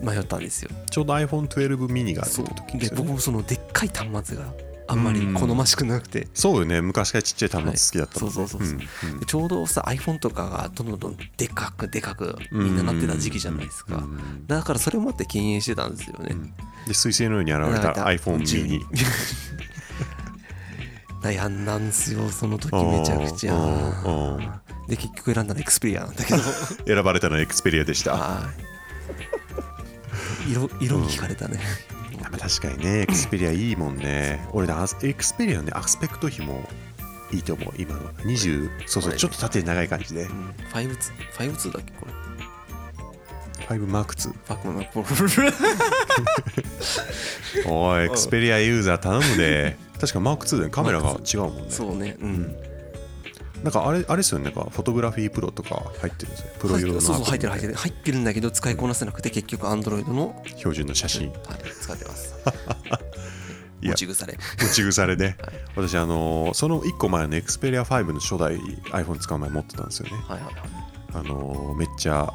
[SPEAKER 1] うん
[SPEAKER 2] 迷ったんですよ。
[SPEAKER 1] ちょうど iPhone12 ミニが出
[SPEAKER 2] そう
[SPEAKER 1] た時で
[SPEAKER 2] です
[SPEAKER 1] よ
[SPEAKER 2] 僕
[SPEAKER 1] ね
[SPEAKER 2] もそのでっかい端末があんまり好ましくなくて、
[SPEAKER 1] そうよね昔からちっちゃい
[SPEAKER 2] はい
[SPEAKER 1] 端末好きだったもん、
[SPEAKER 2] そうそうそうそう、
[SPEAKER 1] ん
[SPEAKER 2] でちょうどさ iPhone とかがどんどんでかくでかくみんななってた時期じゃないですか、
[SPEAKER 1] うんうん
[SPEAKER 2] だからそれを待って敬遠してたんですよね、
[SPEAKER 1] で彗星のように現れ
[SPEAKER 2] だ
[SPEAKER 1] た
[SPEAKER 2] から
[SPEAKER 1] iPhone ミニ
[SPEAKER 2] 悩んだんすよその時めちゃくち
[SPEAKER 1] お
[SPEAKER 2] ゃ
[SPEAKER 1] ーおー
[SPEAKER 2] で結局選んだのエクスペリアなんだけど
[SPEAKER 1] 選ばれたのはエクスペリアでした
[SPEAKER 2] はい <laughs> 色色に惹かれたね、
[SPEAKER 1] あまあ確かにねエクスペリアいいもんね俺なエクスペリアのねアスペクト比もいいと思う今の20そうそうちょっと縦に長い感じで
[SPEAKER 2] うん、5-2だっけこれ
[SPEAKER 1] 5マーク2
[SPEAKER 2] バックマンこれ
[SPEAKER 1] おいエクスペリアユーザー頼む
[SPEAKER 2] <laughs>
[SPEAKER 1] で確かマーク2でカメラが違うもんね
[SPEAKER 2] そうねうん
[SPEAKER 1] なんかあれあれですよねなんかフォトグラフィープロとか入ってるんですよプロ用
[SPEAKER 2] 入っ
[SPEAKER 1] の
[SPEAKER 2] そうそう入ってる入
[SPEAKER 1] ア
[SPEAKER 2] ってる入ってるんだけど使いこなせなくて結局アンドロイドの、
[SPEAKER 1] プリ標準の写真
[SPEAKER 2] はい、使ってます
[SPEAKER 1] <laughs> いや
[SPEAKER 2] 持ち腐れ
[SPEAKER 1] 持ち腐れで私あのーその1個前のエクスペリア5の初代 iPhone 使う前持ってたんですよね
[SPEAKER 2] はいはいはい
[SPEAKER 1] あのーめっちゃ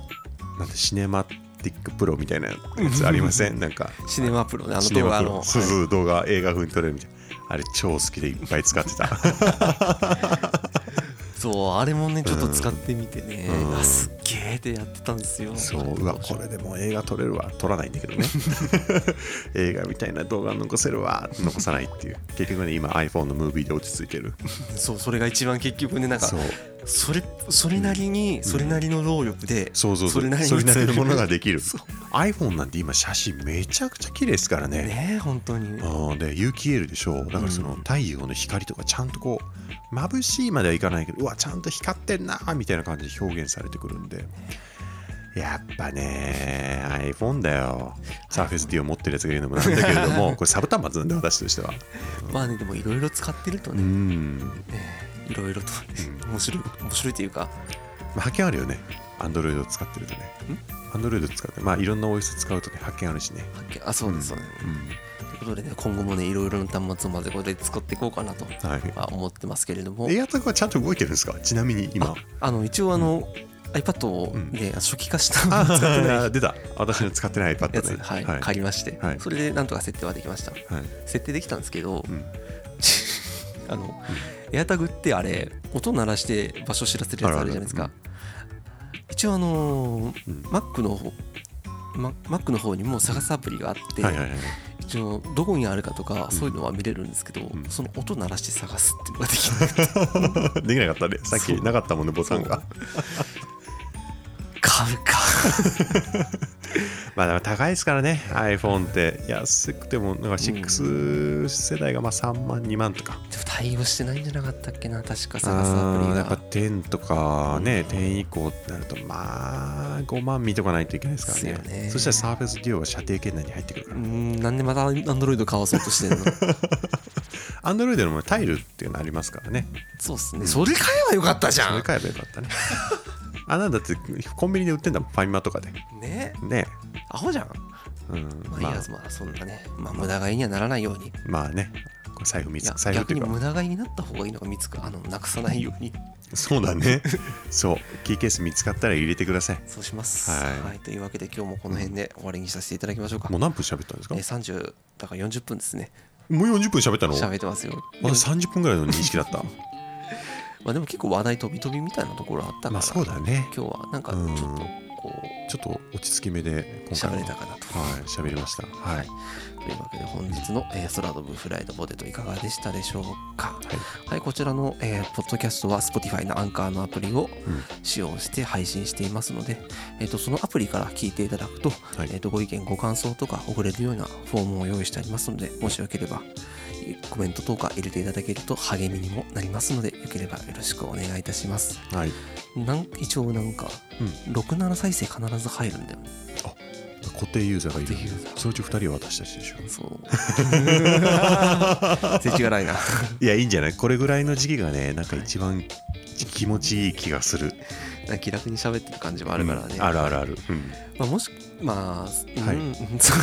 [SPEAKER 1] なんてシネマティックプロみたいなやつありませんなんか
[SPEAKER 2] シネマプロねあの
[SPEAKER 1] シネ
[SPEAKER 2] 動
[SPEAKER 1] マ
[SPEAKER 2] 画
[SPEAKER 1] プ
[SPEAKER 2] の
[SPEAKER 1] ロそうそう動画映画風に撮れるみたいなあれ超好きでいっぱい使ってた
[SPEAKER 2] プそうあれもねちょっと使ってみてね、
[SPEAKER 1] うん
[SPEAKER 2] あすっげえってやってたんですよ
[SPEAKER 1] そううわこれでもう映画撮れるわ撮らないんだ <laughs> けどね映画みたいな動画残せるわ残さないっていう結局ね今 iPhone のムービーで落ち着いてる
[SPEAKER 2] そうそれが一番結局ねなんか
[SPEAKER 1] そう
[SPEAKER 2] それそれなりにそれなりの労力で
[SPEAKER 1] そうそう
[SPEAKER 2] そ
[SPEAKER 1] そ
[SPEAKER 2] れ
[SPEAKER 1] れ
[SPEAKER 2] な
[SPEAKER 1] な
[SPEAKER 2] りに
[SPEAKER 1] りのものができる
[SPEAKER 2] そう
[SPEAKER 1] iPhone なんて今写真めちゃくちゃ綺麗ですからね
[SPEAKER 2] ねえ本当に
[SPEAKER 1] あーで UKL でしょだからその
[SPEAKER 2] うん
[SPEAKER 1] 太陽の光とかちゃんとこう眩しいまではいかないけどうわちゃんと光ってんなーみたいな感じで表現されてくるんでやっぱね iPhone だよ SurfaceD を持ってるやつがいるのもなんだけれど
[SPEAKER 2] <laughs>
[SPEAKER 1] もこれサブ端末なんで私としては
[SPEAKER 2] まあねでもいろいろ使ってると
[SPEAKER 1] う
[SPEAKER 2] ね
[SPEAKER 1] ん
[SPEAKER 2] いろいろとね面白い面白いというか
[SPEAKER 1] まあ発見あるよね Android を使ってるとね Android を使ってまあいろんな OS 使うとね発見あるしね
[SPEAKER 2] 発見あそうですそうです、
[SPEAKER 1] うん
[SPEAKER 2] ということでね今後もねいろいろな端末をまぜこで作っていこうかなと
[SPEAKER 1] はい
[SPEAKER 2] まあ思ってますけれども
[SPEAKER 1] エアタグはちゃんと動いてるんですかちなみに今
[SPEAKER 2] あの一応あの、iPad を
[SPEAKER 1] うん
[SPEAKER 2] ね、初期化した
[SPEAKER 1] あ
[SPEAKER 2] の <laughs> を使ってない
[SPEAKER 1] ー出た私の使ってない iPad
[SPEAKER 2] やつ、
[SPEAKER 1] ね
[SPEAKER 2] はい借りまして、
[SPEAKER 1] はい
[SPEAKER 2] それでなんとか設定はできました
[SPEAKER 1] はい
[SPEAKER 2] 設定できたんですけど、
[SPEAKER 1] うん
[SPEAKER 2] <laughs> あの、エアタグってあれ音鳴らして場所知らせるやつあるじゃないですか
[SPEAKER 1] ある
[SPEAKER 2] 一応あのー
[SPEAKER 1] うん
[SPEAKER 2] Mac の方マ Mac の方にも探すアプリがあって、
[SPEAKER 1] はいはいはい
[SPEAKER 2] 一応どこにあるかとかそういうのは見れるんですけど、
[SPEAKER 1] ん
[SPEAKER 2] その音鳴らして探すっていうのができ
[SPEAKER 1] <laughs>
[SPEAKER 2] ない
[SPEAKER 1] できなかったねさっき
[SPEAKER 2] そう
[SPEAKER 1] なかったもんねボタンが
[SPEAKER 2] 買うか
[SPEAKER 1] まあでも高いですからね iPhone って安くてもなんか6世代がまあ3万2万とか
[SPEAKER 2] でも対応してないんじゃなかったっけな確か探すアプ
[SPEAKER 1] あ
[SPEAKER 2] リ
[SPEAKER 1] ーやっぱ
[SPEAKER 2] が
[SPEAKER 1] 10とかね10以降ってなるとまあ5万見とかないといけないですから
[SPEAKER 2] ですよね
[SPEAKER 1] ねそしたらサーフェスデュオは射程圏内に入ってくるか
[SPEAKER 2] う
[SPEAKER 1] ら
[SPEAKER 2] ーんなんでまたアンドロイド買わそう
[SPEAKER 1] <laughs>
[SPEAKER 2] としてんの
[SPEAKER 1] アンドロイドのもタイルっていうのありますからね
[SPEAKER 2] そうっすねそれ買えばよかったじ
[SPEAKER 1] そ
[SPEAKER 2] ゃ
[SPEAKER 1] れ
[SPEAKER 2] ん
[SPEAKER 1] 買えばよかったねあなんだってコンビニで売ってんだもんファミマとかで
[SPEAKER 2] ね
[SPEAKER 1] ね
[SPEAKER 2] アホじゃん
[SPEAKER 1] うん
[SPEAKER 2] まあいい
[SPEAKER 1] まあ
[SPEAKER 2] やまあそんなねまあ無駄買いにはならないように
[SPEAKER 1] まあねこれ財布見
[SPEAKER 2] い
[SPEAKER 1] つ
[SPEAKER 2] や
[SPEAKER 1] く財布って
[SPEAKER 2] 逆
[SPEAKER 1] い
[SPEAKER 2] に
[SPEAKER 1] うか
[SPEAKER 2] 無駄買いになった方がいいのが見つくあのなくさないように
[SPEAKER 1] そうだね。そう。キーケース見つかったら入れてください。
[SPEAKER 2] そうします
[SPEAKER 1] はい
[SPEAKER 2] はいというわけで今日もこの辺で終わりにさせていただきましょうか
[SPEAKER 1] もう何分喋ったんですか
[SPEAKER 2] えー30だから40分ですね
[SPEAKER 1] もう40分喋ったの
[SPEAKER 2] 喋ってますよ
[SPEAKER 1] まだ30分ぐらいの認識だ <laughs> った。
[SPEAKER 2] まあでも結構話題飛び飛びみたいなところあったから、
[SPEAKER 1] まあそうだね。
[SPEAKER 2] 今日はなんかちょっとこ
[SPEAKER 1] ちょっと落ち着き目で
[SPEAKER 2] う
[SPEAKER 1] 今回
[SPEAKER 2] 喋
[SPEAKER 1] は
[SPEAKER 2] れたかなと。
[SPEAKER 1] はい、喋りました。はい。はい。
[SPEAKER 2] というわけで本日の、えー空飛ぶフライドポテトいかがでしたでしょうかはい、こちらの、えーポッドキャストは Spotify のアンカーのアプリを
[SPEAKER 1] うん
[SPEAKER 2] 使用して配信していますので、えー、とそのアプリから聞いていただくと,、
[SPEAKER 1] はい
[SPEAKER 2] えー、とご意見ご感想とか送れるようなフォームを用意してありますのでもしよければえーコメント等か入れていただけると励みにもなりますのでよければよろしくお願いいたします
[SPEAKER 1] はい。
[SPEAKER 2] なん一応なんか67再生必ず入るんだよね
[SPEAKER 1] 固定ユーザーがいる
[SPEAKER 2] 固定ユーザ。ー
[SPEAKER 1] そのうち2人は私たちでしょ。
[SPEAKER 2] そう
[SPEAKER 1] <laughs>
[SPEAKER 2] せちがないない
[SPEAKER 1] や、いいんじゃないこれぐらいの時期がね、なんか一番気持ちいい気がする。
[SPEAKER 2] なんか気楽に喋ってる感じもあるからね、
[SPEAKER 1] うんあるあるある。うん
[SPEAKER 2] まあ、もしまあ、
[SPEAKER 1] はい
[SPEAKER 2] うん、 <laughs> そう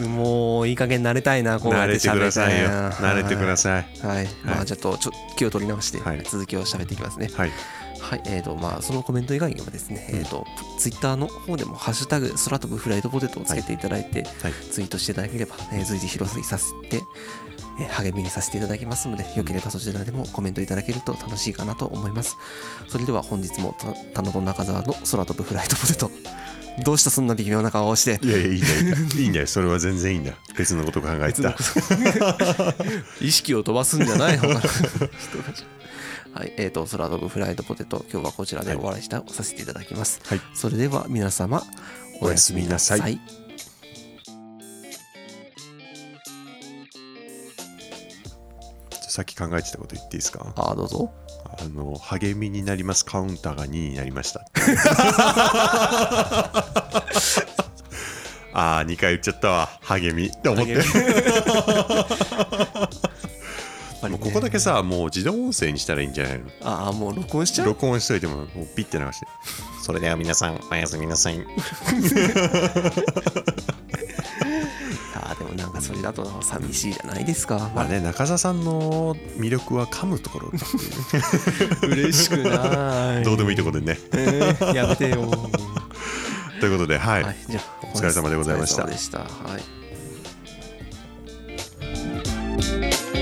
[SPEAKER 2] でもういい加減慣れたいなこうや
[SPEAKER 1] 慣
[SPEAKER 2] って
[SPEAKER 1] れてくださいよ。慣れてくだ
[SPEAKER 2] さ
[SPEAKER 1] さい。
[SPEAKER 2] いはい、まあちょっとちょ気を取り直して、
[SPEAKER 1] はい
[SPEAKER 2] 続きを喋っていきますね
[SPEAKER 1] はい。
[SPEAKER 2] はいえー、とまあそのコメント以外にもですね、えー、とツイッターの方でも「ハッシュタグ空飛ぶフライドポテト」をつけていただいて、
[SPEAKER 1] はい。
[SPEAKER 2] ツイートしていただければ、えー随時拾いさせて、えー励みにさせていただきますので、よければそちらでもコメントいただけると楽しいかなと思います。それでは本日もた、田野と中澤の空飛ぶフライトポテト。 <laughs> どうしたそんな微妙な顔をして。
[SPEAKER 1] いやいや、いいんだよいいんだよ。いいんだよ。それは全然いいんだ。別のこと考えてた。
[SPEAKER 2] <laughs> 意識を飛ばすんじゃない他の人たち <laughs> はい、えー、と、空飛ぶフライドポテト、今日はこちらでお笑いした、させていただきます。
[SPEAKER 1] はい
[SPEAKER 2] それでは皆様、
[SPEAKER 1] おやすみなさい
[SPEAKER 2] おやすみな。
[SPEAKER 1] さっき考えてたこと言っていいですか
[SPEAKER 2] ああ、どうぞ。
[SPEAKER 1] あの励みになりますカウンターが2になりました <laughs> ああ2回言っちゃったわ励みって思って
[SPEAKER 2] 励
[SPEAKER 1] もうここだけさもう自動音声にしたらいいんじゃないの
[SPEAKER 2] ああ、もう録音しちゃう
[SPEAKER 1] 録音しといてももうピッて流してそれでは皆さんおやすみなさい
[SPEAKER 2] あーでもなんかそれだと寂しいじゃないですか、
[SPEAKER 1] まあね中澤さんの魅力は噛むとこ <laughs> ろ
[SPEAKER 2] 嬉しくな <laughs>
[SPEAKER 1] どうでもいいと
[SPEAKER 2] こ、
[SPEAKER 1] ころでね <laughs>
[SPEAKER 2] やめて <laughs> よ
[SPEAKER 1] ということではい、
[SPEAKER 2] はいじゃあ
[SPEAKER 1] お疲れ様でございました
[SPEAKER 2] お疲れ様でしたはい